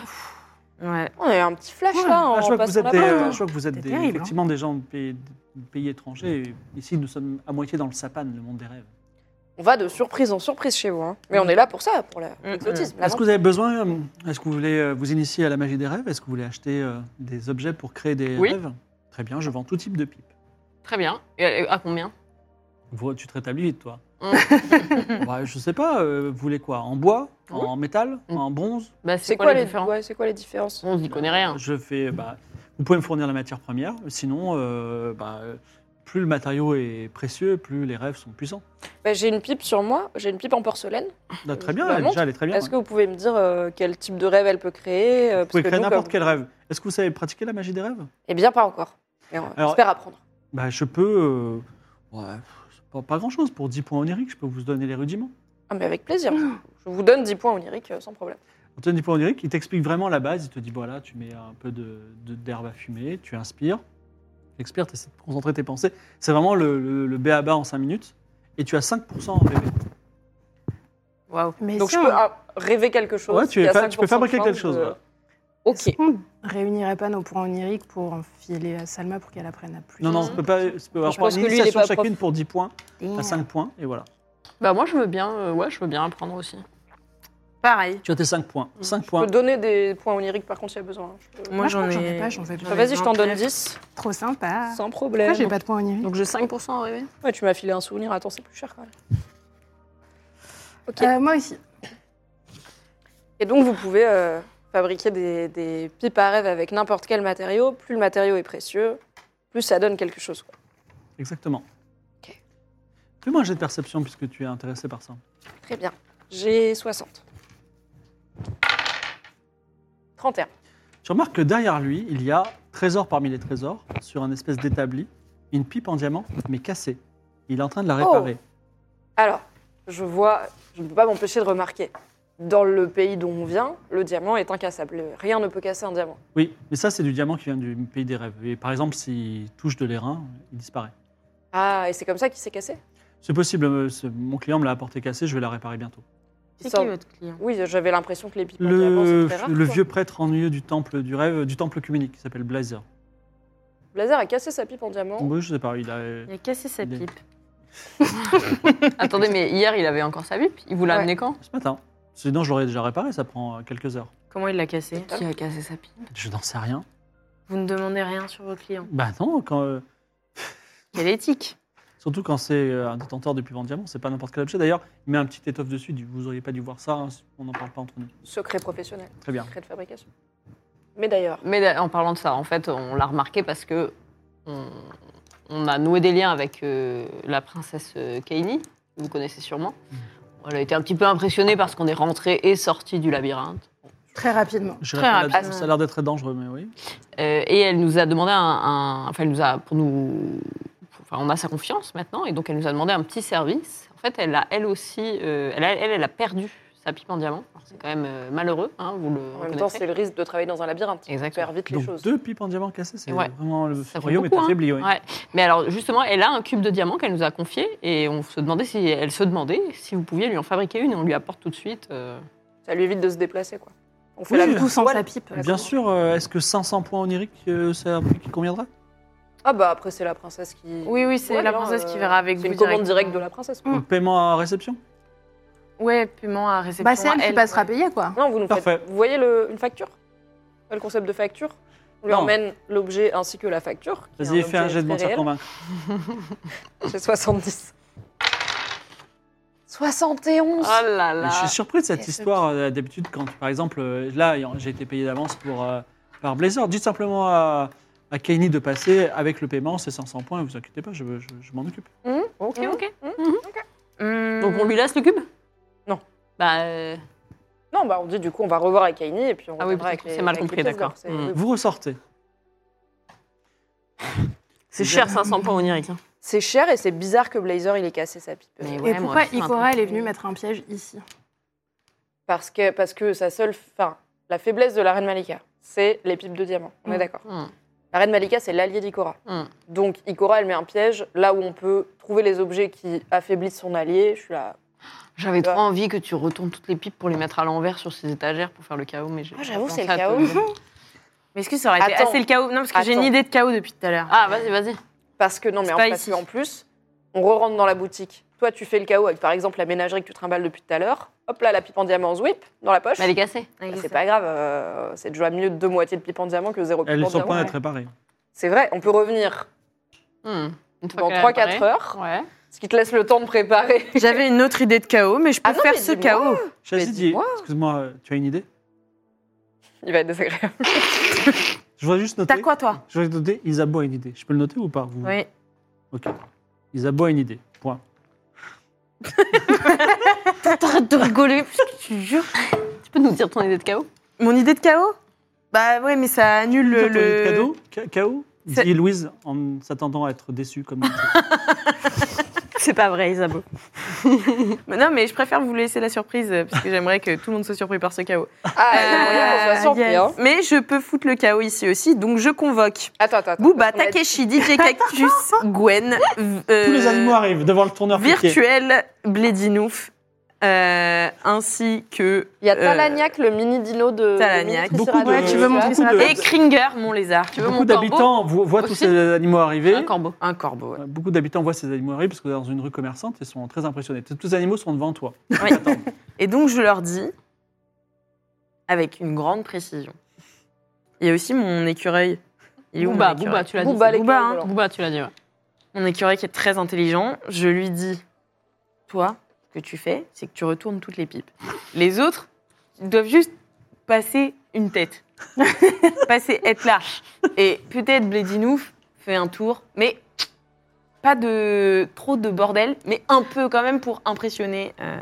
[SPEAKER 6] Ouais.
[SPEAKER 5] On a eu un petit flash là.
[SPEAKER 2] Ah,
[SPEAKER 5] en
[SPEAKER 2] je, vois que vous
[SPEAKER 5] passant hein.
[SPEAKER 2] êtes des,
[SPEAKER 5] là-bas.
[SPEAKER 2] je vois que vous êtes
[SPEAKER 6] C'est
[SPEAKER 2] des-
[SPEAKER 6] terrible,
[SPEAKER 2] effectivement des gens de pays, de pays étrangers. Et ici, nous sommes à moitié dans le sapan, le monde des rêves. euh,
[SPEAKER 5] On va de surprise en surprise chez vous. hein. Mais on est là pour ça, pour la- l'exotisme.
[SPEAKER 2] Mm. Est-ce que vous avez besoin euh, Est-ce que vous voulez euh, vous initier à la magie des rêves Est-ce que vous voulez acheter euh, des objets pour créer des
[SPEAKER 4] Oui.
[SPEAKER 2] rêves Très bien, je vends tout type de pipe.
[SPEAKER 4] Très bien. Et euh, à à combien
[SPEAKER 2] Vous- Tu te rétablis vite, toi.
[SPEAKER 4] Mm.
[SPEAKER 2] bah, je sais pas, euh, vous voulez quoi En bois En métal
[SPEAKER 4] Mm.
[SPEAKER 2] En bronze
[SPEAKER 4] bah, C'est
[SPEAKER 5] C'est
[SPEAKER 4] quoi, les différences
[SPEAKER 5] ouais, c'est quoi les différences
[SPEAKER 4] On n'y connaît rien.
[SPEAKER 2] Je fais. Bah, vous pouvez me fournir la matière première, sinon, euh, bah, euh, plus le matériau est précieux, plus les rêves sont puissants.
[SPEAKER 5] Bah, j'ai une pipe sur moi, j'ai une pipe en porcelaine.
[SPEAKER 2] Ah, très
[SPEAKER 5] Je
[SPEAKER 2] bien,
[SPEAKER 5] la
[SPEAKER 2] elle,
[SPEAKER 5] Bah, montre.
[SPEAKER 2] déjà, elle est très bien.
[SPEAKER 5] Est-ce
[SPEAKER 2] ouais.
[SPEAKER 5] que vous pouvez me dire euh, quel type de rêve elle peut créer euh,
[SPEAKER 2] Vous pouvez
[SPEAKER 5] parce que
[SPEAKER 2] créer
[SPEAKER 5] nous,
[SPEAKER 2] n'importe
[SPEAKER 5] comme-
[SPEAKER 2] quel rêve. Est-ce que vous savez pratiquer la magie des rêves
[SPEAKER 5] Eh bien, pas encore. Mais on
[SPEAKER 2] Alors-
[SPEAKER 5] espère apprendre.
[SPEAKER 2] Bah, je peux. euh, ouais, pff, pas, pas grand-chose. Pour 10 points oniriques, je peux vous donner les rudiments.
[SPEAKER 5] Ah, mais avec plaisir. Je vous donne 10 points oniriques euh, sans problème.
[SPEAKER 2] Quand tu as 10 points oniriques, il t'explique vraiment la base. Il te dit voilà, tu mets un peu d'herbe de, d'herbe à fumer, tu inspires, tu expires, tu essaies de concentrer tes pensées. C'est vraiment le, le, le B.A.B.A. en 5 minutes. Et tu as 5% en rêve.
[SPEAKER 6] Waouh.
[SPEAKER 3] Mais
[SPEAKER 5] Donc,
[SPEAKER 3] si
[SPEAKER 5] je
[SPEAKER 3] on-
[SPEAKER 5] peux ah, rêver quelque chose.
[SPEAKER 2] Ouais, tu
[SPEAKER 5] il y a
[SPEAKER 2] es fa- tu peux
[SPEAKER 5] 5% de
[SPEAKER 2] fabriquer quelque
[SPEAKER 5] chance
[SPEAKER 2] chose,
[SPEAKER 5] de-
[SPEAKER 2] voilà.
[SPEAKER 5] Ok.
[SPEAKER 3] Est-ce qu'on réunirait pas nos points oniriques pour enfiler à Salma pour qu'elle apprenne à plus
[SPEAKER 2] Non, non, on peut pas. on peut avoir
[SPEAKER 5] Je pense
[SPEAKER 2] une
[SPEAKER 5] que lui, il est
[SPEAKER 2] initiation
[SPEAKER 5] pas
[SPEAKER 2] chacune pour 10 points, à
[SPEAKER 3] Damn.
[SPEAKER 2] 5 points, et voilà.
[SPEAKER 4] Bah moi je veux bien, euh, ouais, je veux bien apprendre aussi.
[SPEAKER 6] Pareil.
[SPEAKER 2] Tu as tes 5 points. 5
[SPEAKER 5] Je
[SPEAKER 2] points.
[SPEAKER 5] peux donner des points oniriques par contre s'il y a besoin. hein. Je peux-
[SPEAKER 6] Moi,
[SPEAKER 3] Moi,
[SPEAKER 6] j'en
[SPEAKER 3] je crois que j'en
[SPEAKER 6] ai.
[SPEAKER 3] ai pas, j'en fais pas.
[SPEAKER 5] Ah, Vas-y, je t'en donne
[SPEAKER 6] 10.
[SPEAKER 5] 10
[SPEAKER 3] Trop sympa.
[SPEAKER 5] sans
[SPEAKER 3] Pourquoi
[SPEAKER 5] problème.
[SPEAKER 3] j'ai pas de points oniriques
[SPEAKER 4] Donc j'ai 5% en rêver.
[SPEAKER 5] Ouais, tu m'as filé un souvenir. Attends, c'est plus cher quand même. Ok.
[SPEAKER 3] Euh, Moi aussi.
[SPEAKER 5] Et donc, vous pouvez euh, fabriquer des, des pipes à rêve avec n'importe quel matériau. Plus le matériau est précieux, plus ça donne quelque chose. quoi.
[SPEAKER 2] Exactement.
[SPEAKER 5] Ok.
[SPEAKER 2] Fais-moi un jet de perception puisque tu es intéressé par ça.
[SPEAKER 5] Très bien. J'ai 60. 31.
[SPEAKER 2] Tu remarques que derrière lui, il y a trésor parmi les trésors, sur un espèce d'établi, une pipe en diamant, mais cassée. Il est en train de la
[SPEAKER 5] Oh.
[SPEAKER 2] réparer.
[SPEAKER 5] Alors, je vois, je ne peux pas m'empêcher de remarquer. Dans le pays d'où on vient, le diamant est incassable. Rien ne peut casser un diamant.
[SPEAKER 2] Oui, mais ça, c'est du diamant qui vient du pays des rêves. Et par exemple, s'il touche de l'airain, il disparaît.
[SPEAKER 5] Ah, et c'est comme ça qu'il s'est cassé
[SPEAKER 2] C'est possible, euh, ce- mon client me l'a apporté cassé, je vais la réparer bientôt.
[SPEAKER 6] C'est
[SPEAKER 5] Ça-
[SPEAKER 6] qui votre client
[SPEAKER 5] Oui, j'avais l'impression que les pipes en diamant,
[SPEAKER 2] Le,
[SPEAKER 5] c'est très rare.
[SPEAKER 2] le
[SPEAKER 5] quoi.
[SPEAKER 2] vieux prêtre ennuyeux du temple du rêve, du temple cuminique, qui s'appelle Blazer.
[SPEAKER 5] Blazer a cassé sa pipe en diamant.
[SPEAKER 2] Oui, je sais pas, il a. euh,
[SPEAKER 6] Il a cassé sa
[SPEAKER 2] Il est-
[SPEAKER 6] pipe.
[SPEAKER 4] Attendez, mais hier il avait encore sa pipe. Il vous l'a
[SPEAKER 5] Ouais.
[SPEAKER 4] amené quand
[SPEAKER 2] Ce matin. Sinon, je l'aurais déjà réparé, ça prend euh, quelques heures.
[SPEAKER 6] Comment il l'a cassé
[SPEAKER 4] Qui a cassé sa pipe
[SPEAKER 2] Je n'en sais rien.
[SPEAKER 6] Vous ne demandez rien sur vos clients.
[SPEAKER 2] Bah non, quand. euh,
[SPEAKER 6] Quelle éthique
[SPEAKER 2] Surtout quand c'est euh, un détenteur de pivot en diamant, c'est pas n'importe quel objet. D'ailleurs, il met un petit étoffe dessus, du- vous auriez pas dû voir ça, hein, on n'en parle pas entre nous.
[SPEAKER 5] Secret professionnel,
[SPEAKER 2] Très bien.
[SPEAKER 5] secret de fabrication. Mais d'ailleurs,
[SPEAKER 4] Mais là, en parlant de ça, en fait, on l'a remarqué parce que on, on a noué des liens avec euh, la princesse euh, Kaini, que vous connaissez sûrement. Elle a été un petit peu impressionnée parce qu'on est rentré et sorti du labyrinthe.
[SPEAKER 3] Très rapidement.
[SPEAKER 2] Je
[SPEAKER 6] Très
[SPEAKER 2] répète,
[SPEAKER 6] rapide.
[SPEAKER 2] là- Ça a l'air d'être très dangereux, mais oui.
[SPEAKER 4] Euh, et elle nous a demandé un, un- enfin, elle nous a pour nous, enfin, on a sa confiance maintenant, et donc elle nous a demandé un petit service. En fait, elle a elle aussi, euh, elle, a- elle, elle a perdu sa pipe en diamant. Alors, C'est quand même euh, malheureux, hein, vous le
[SPEAKER 5] en même temps,
[SPEAKER 4] reconnaîtrez.
[SPEAKER 5] c'est le risque de travailler dans un labyrinthe. On
[SPEAKER 4] Exactement.
[SPEAKER 5] perd vite les
[SPEAKER 2] Donc
[SPEAKER 5] choses.
[SPEAKER 2] deux pipes en diamant cassées, c'est
[SPEAKER 4] Ouais.
[SPEAKER 2] vraiment le
[SPEAKER 4] Ça fait
[SPEAKER 2] royaume est
[SPEAKER 4] beaucoup, hein.
[SPEAKER 2] affaibli. oui.
[SPEAKER 4] Ouais. Mais alors justement, elle a un cube de diamant qu'elle nous a confié et on se demandait si elle se demandait si vous pouviez lui en fabriquer une et on lui apporte tout de suite. euh.
[SPEAKER 5] Ça lui évite de se déplacer, quoi. On fait
[SPEAKER 2] Oui,
[SPEAKER 5] la Ah
[SPEAKER 3] Tout
[SPEAKER 5] course
[SPEAKER 3] sans
[SPEAKER 5] poil.
[SPEAKER 3] sa pipe.
[SPEAKER 5] Ouais.
[SPEAKER 2] Bien sûr, euh, est-ce que 500 points oniriques, euh, c'est un prix qui conviendra
[SPEAKER 5] Ah bah après, c'est la princesse qui...
[SPEAKER 6] Oui, oui, c'est
[SPEAKER 5] Ouais,
[SPEAKER 6] la
[SPEAKER 5] non,
[SPEAKER 6] princesse
[SPEAKER 5] euh,
[SPEAKER 6] qui verra avec vous.
[SPEAKER 5] C'est une commande directe de
[SPEAKER 6] directement.
[SPEAKER 5] la princesse.
[SPEAKER 3] Mm.
[SPEAKER 2] Donc, Paiement à réception
[SPEAKER 6] Ouais, paiement à réception.
[SPEAKER 3] Bah, c'est elle
[SPEAKER 6] à Oh
[SPEAKER 3] qui passera
[SPEAKER 6] ouais.
[SPEAKER 3] payer, quoi.
[SPEAKER 5] Non, vous nous faites-
[SPEAKER 2] Parfait.
[SPEAKER 5] Vous voyez le- une facture Vous voyez Le concept de facture On lui
[SPEAKER 2] Non.
[SPEAKER 5] emmène l'objet ainsi que la facture. qui est
[SPEAKER 2] Vas-y, fais un
[SPEAKER 5] objet
[SPEAKER 2] jet de
[SPEAKER 5] très
[SPEAKER 2] mentir
[SPEAKER 5] réel.
[SPEAKER 2] convaincre.
[SPEAKER 5] J'ai 70. 71
[SPEAKER 4] Oh là
[SPEAKER 2] Je
[SPEAKER 4] là.
[SPEAKER 2] suis surpris de cette
[SPEAKER 5] Et ce
[SPEAKER 2] histoire. euh, D'habitude, quand par exemple, euh, là, j'ai été payé d'avance pour euh, par Blazer. Dites simplement à, à Kaini de passer avec le paiement, c'est 500 points. Vous inquiétez pas, je, je, je m'en occupe.
[SPEAKER 4] Ok ok.
[SPEAKER 6] Mmh.
[SPEAKER 4] Donc on lui laisse le cube
[SPEAKER 5] Non.
[SPEAKER 4] Bah euh,
[SPEAKER 5] Non, bah on dit du coup, on va revoir avec Aini et puis on
[SPEAKER 4] Ah oui,
[SPEAKER 5] reviendra
[SPEAKER 4] parce
[SPEAKER 5] avec
[SPEAKER 4] que
[SPEAKER 5] les-
[SPEAKER 4] c'est mal
[SPEAKER 5] avec les
[SPEAKER 4] compris,
[SPEAKER 5] pièces
[SPEAKER 4] d'accord.
[SPEAKER 5] d'or. C'est-
[SPEAKER 4] Mm.
[SPEAKER 2] Vous ressortez.
[SPEAKER 4] c'est cher 500 points oniriques. hein.
[SPEAKER 5] C'est cher et c'est bizarre que Blazer il ait cassé sa pipe.
[SPEAKER 4] Mais
[SPEAKER 3] Et
[SPEAKER 4] ouais, moi,
[SPEAKER 3] pourquoi
[SPEAKER 4] c'est un
[SPEAKER 3] Ikora,
[SPEAKER 4] peu-
[SPEAKER 3] elle est venue mettre un piège ici
[SPEAKER 5] Parce que, parce que sa seule. Enfin, la faiblesse de la reine Malika, c'est les pipes de diamant. On est
[SPEAKER 3] Mm.
[SPEAKER 5] d'accord.
[SPEAKER 4] Mm.
[SPEAKER 5] La reine Malika, c'est l'alliée d'Ikora.
[SPEAKER 4] Mm.
[SPEAKER 5] Donc Ikora, elle met un piège là où on peut trouver les objets qui affaiblissent son allié. Je suis là.
[SPEAKER 4] J'avais
[SPEAKER 5] Tu vois.
[SPEAKER 4] trop envie que tu retournes toutes les pipes pour les mettre à l'envers sur ces étagères pour faire le chaos, mais j'ai-
[SPEAKER 5] Ah, j'avoue,
[SPEAKER 4] j'ai
[SPEAKER 5] c'est
[SPEAKER 4] pensé
[SPEAKER 5] le
[SPEAKER 4] à te
[SPEAKER 5] chaos.
[SPEAKER 4] dire.
[SPEAKER 6] Mais est-ce que ça aurait été
[SPEAKER 5] Attends.
[SPEAKER 6] assez le chaos Non, parce que j'ai une
[SPEAKER 5] Attends.
[SPEAKER 6] idée de chaos depuis tout à l'heure.
[SPEAKER 4] Ah vas-y vas-y.
[SPEAKER 5] Parce que non, mais
[SPEAKER 6] C'est
[SPEAKER 5] en,
[SPEAKER 6] pas
[SPEAKER 5] parce
[SPEAKER 6] ici.
[SPEAKER 5] que, en plus, on re-rentre dans la boutique. Toi, tu fais le chaos avec par exemple la ménagerie que tu trimbales depuis tout à l'heure. Hop là, la pipe en diamant whip dans la poche.
[SPEAKER 4] Mais elle est cassée.
[SPEAKER 6] Ah,
[SPEAKER 5] Bah, c'est pas grave, euh, c'est déjà mieux de deux moitiés de pipe en diamant que zéro pipe
[SPEAKER 2] Elle est
[SPEAKER 5] en
[SPEAKER 2] sur le
[SPEAKER 5] diamant.
[SPEAKER 2] point d'être réparée.
[SPEAKER 5] C'est vrai, on peut revenir
[SPEAKER 4] Hmm. Une fois
[SPEAKER 5] dans
[SPEAKER 4] qu'elle a
[SPEAKER 5] 3-4
[SPEAKER 4] réparé.
[SPEAKER 5] heures,
[SPEAKER 4] Ouais.
[SPEAKER 5] ce qui te laisse le temps de préparer.
[SPEAKER 6] J'avais une autre idée de chaos, mais je peux
[SPEAKER 5] Ah non,
[SPEAKER 6] faire
[SPEAKER 5] mais
[SPEAKER 6] ce
[SPEAKER 5] dis-moi.
[SPEAKER 6] chaos.
[SPEAKER 2] Chazzy dit
[SPEAKER 5] dis-moi.
[SPEAKER 2] Excuse-moi, euh, tu as une idée
[SPEAKER 5] Il va être désagréable.
[SPEAKER 2] Je voudrais juste noter.
[SPEAKER 6] T'as quoi, toi
[SPEAKER 2] Je voudrais noter Isabeau a une idée. Je peux le noter ou pas vous
[SPEAKER 6] Oui.
[SPEAKER 2] Ok. Isabeau a une idée. Point.
[SPEAKER 6] T'arrêtes de rigoler, je te jure.
[SPEAKER 4] Tu peux nous dire ton idée de chaos
[SPEAKER 6] Mon idée de chaos Bah ouais, mais ça annule
[SPEAKER 2] Le,
[SPEAKER 6] le.
[SPEAKER 2] cadeau Ca- K.O.
[SPEAKER 6] C'est-
[SPEAKER 2] dit Louise en s'attendant à être déçue comme
[SPEAKER 4] C'est pas vrai, Isabeau.
[SPEAKER 6] Mais non, mais je préfère vous laisser la surprise euh, parce que j'aimerais que tout le monde soit surpris par ce chaos.
[SPEAKER 5] Ah, il y a moyen qu'on soit
[SPEAKER 6] Euh,
[SPEAKER 5] surpris,
[SPEAKER 6] yes.
[SPEAKER 5] hein.
[SPEAKER 6] Mais je peux foutre le chaos ici aussi, donc je convoque
[SPEAKER 5] Attends, attends, attends. On
[SPEAKER 6] Booba,
[SPEAKER 5] a dit-
[SPEAKER 6] Takeshi, DJ Cactus, Gwen, v- euh,
[SPEAKER 2] Tous les animaux arrivent devant le tourneur piqué.
[SPEAKER 6] virtuel, Blédinouf, euh, ainsi que
[SPEAKER 5] Il y a
[SPEAKER 6] Euh,
[SPEAKER 5] Talagnac, le mini dino de.
[SPEAKER 6] Talagnac.
[SPEAKER 5] le mini
[SPEAKER 2] Beaucoup de-
[SPEAKER 5] triceratops.
[SPEAKER 3] Ouais, tu veux montrer
[SPEAKER 2] beaucoup
[SPEAKER 3] ça
[SPEAKER 2] de-
[SPEAKER 6] Euh, et Kringer, mon lézard.
[SPEAKER 4] Tu veux
[SPEAKER 2] Beaucoup
[SPEAKER 4] mon corbeau
[SPEAKER 2] d'habitants vo- voient tous
[SPEAKER 4] Aussi.
[SPEAKER 2] ces animaux arriver.
[SPEAKER 4] Un corbeau.
[SPEAKER 6] Un corbeau. ouais.
[SPEAKER 2] Euh, Beaucoup d'habitants voient ces animaux arriver parce que dans une rue commerçante, ils sont très impressionnés. Tous ces animaux sont devant toi.
[SPEAKER 6] Oui. Et donc je leur dis, avec une grande précision. Il y a aussi mon écureuil. Il est où, mon
[SPEAKER 4] Booba,
[SPEAKER 6] écureuil
[SPEAKER 4] Booba, tu l'as dit.
[SPEAKER 5] Booba, les
[SPEAKER 6] Booba,
[SPEAKER 5] cailloux,
[SPEAKER 6] hein.
[SPEAKER 5] alors.
[SPEAKER 4] Booba, tu l'as dit, ouais.
[SPEAKER 6] mon écureuil qui est très intelligent, je lui dis Toi, ce que tu fais, c'est que tu retournes toutes les pipes. Les autres, ils doivent juste passer une tête. passer, être là. Et peut-être Blédinouf fait un tour, mais pas de trop de bordel, mais un peu quand même pour impressionner. euh,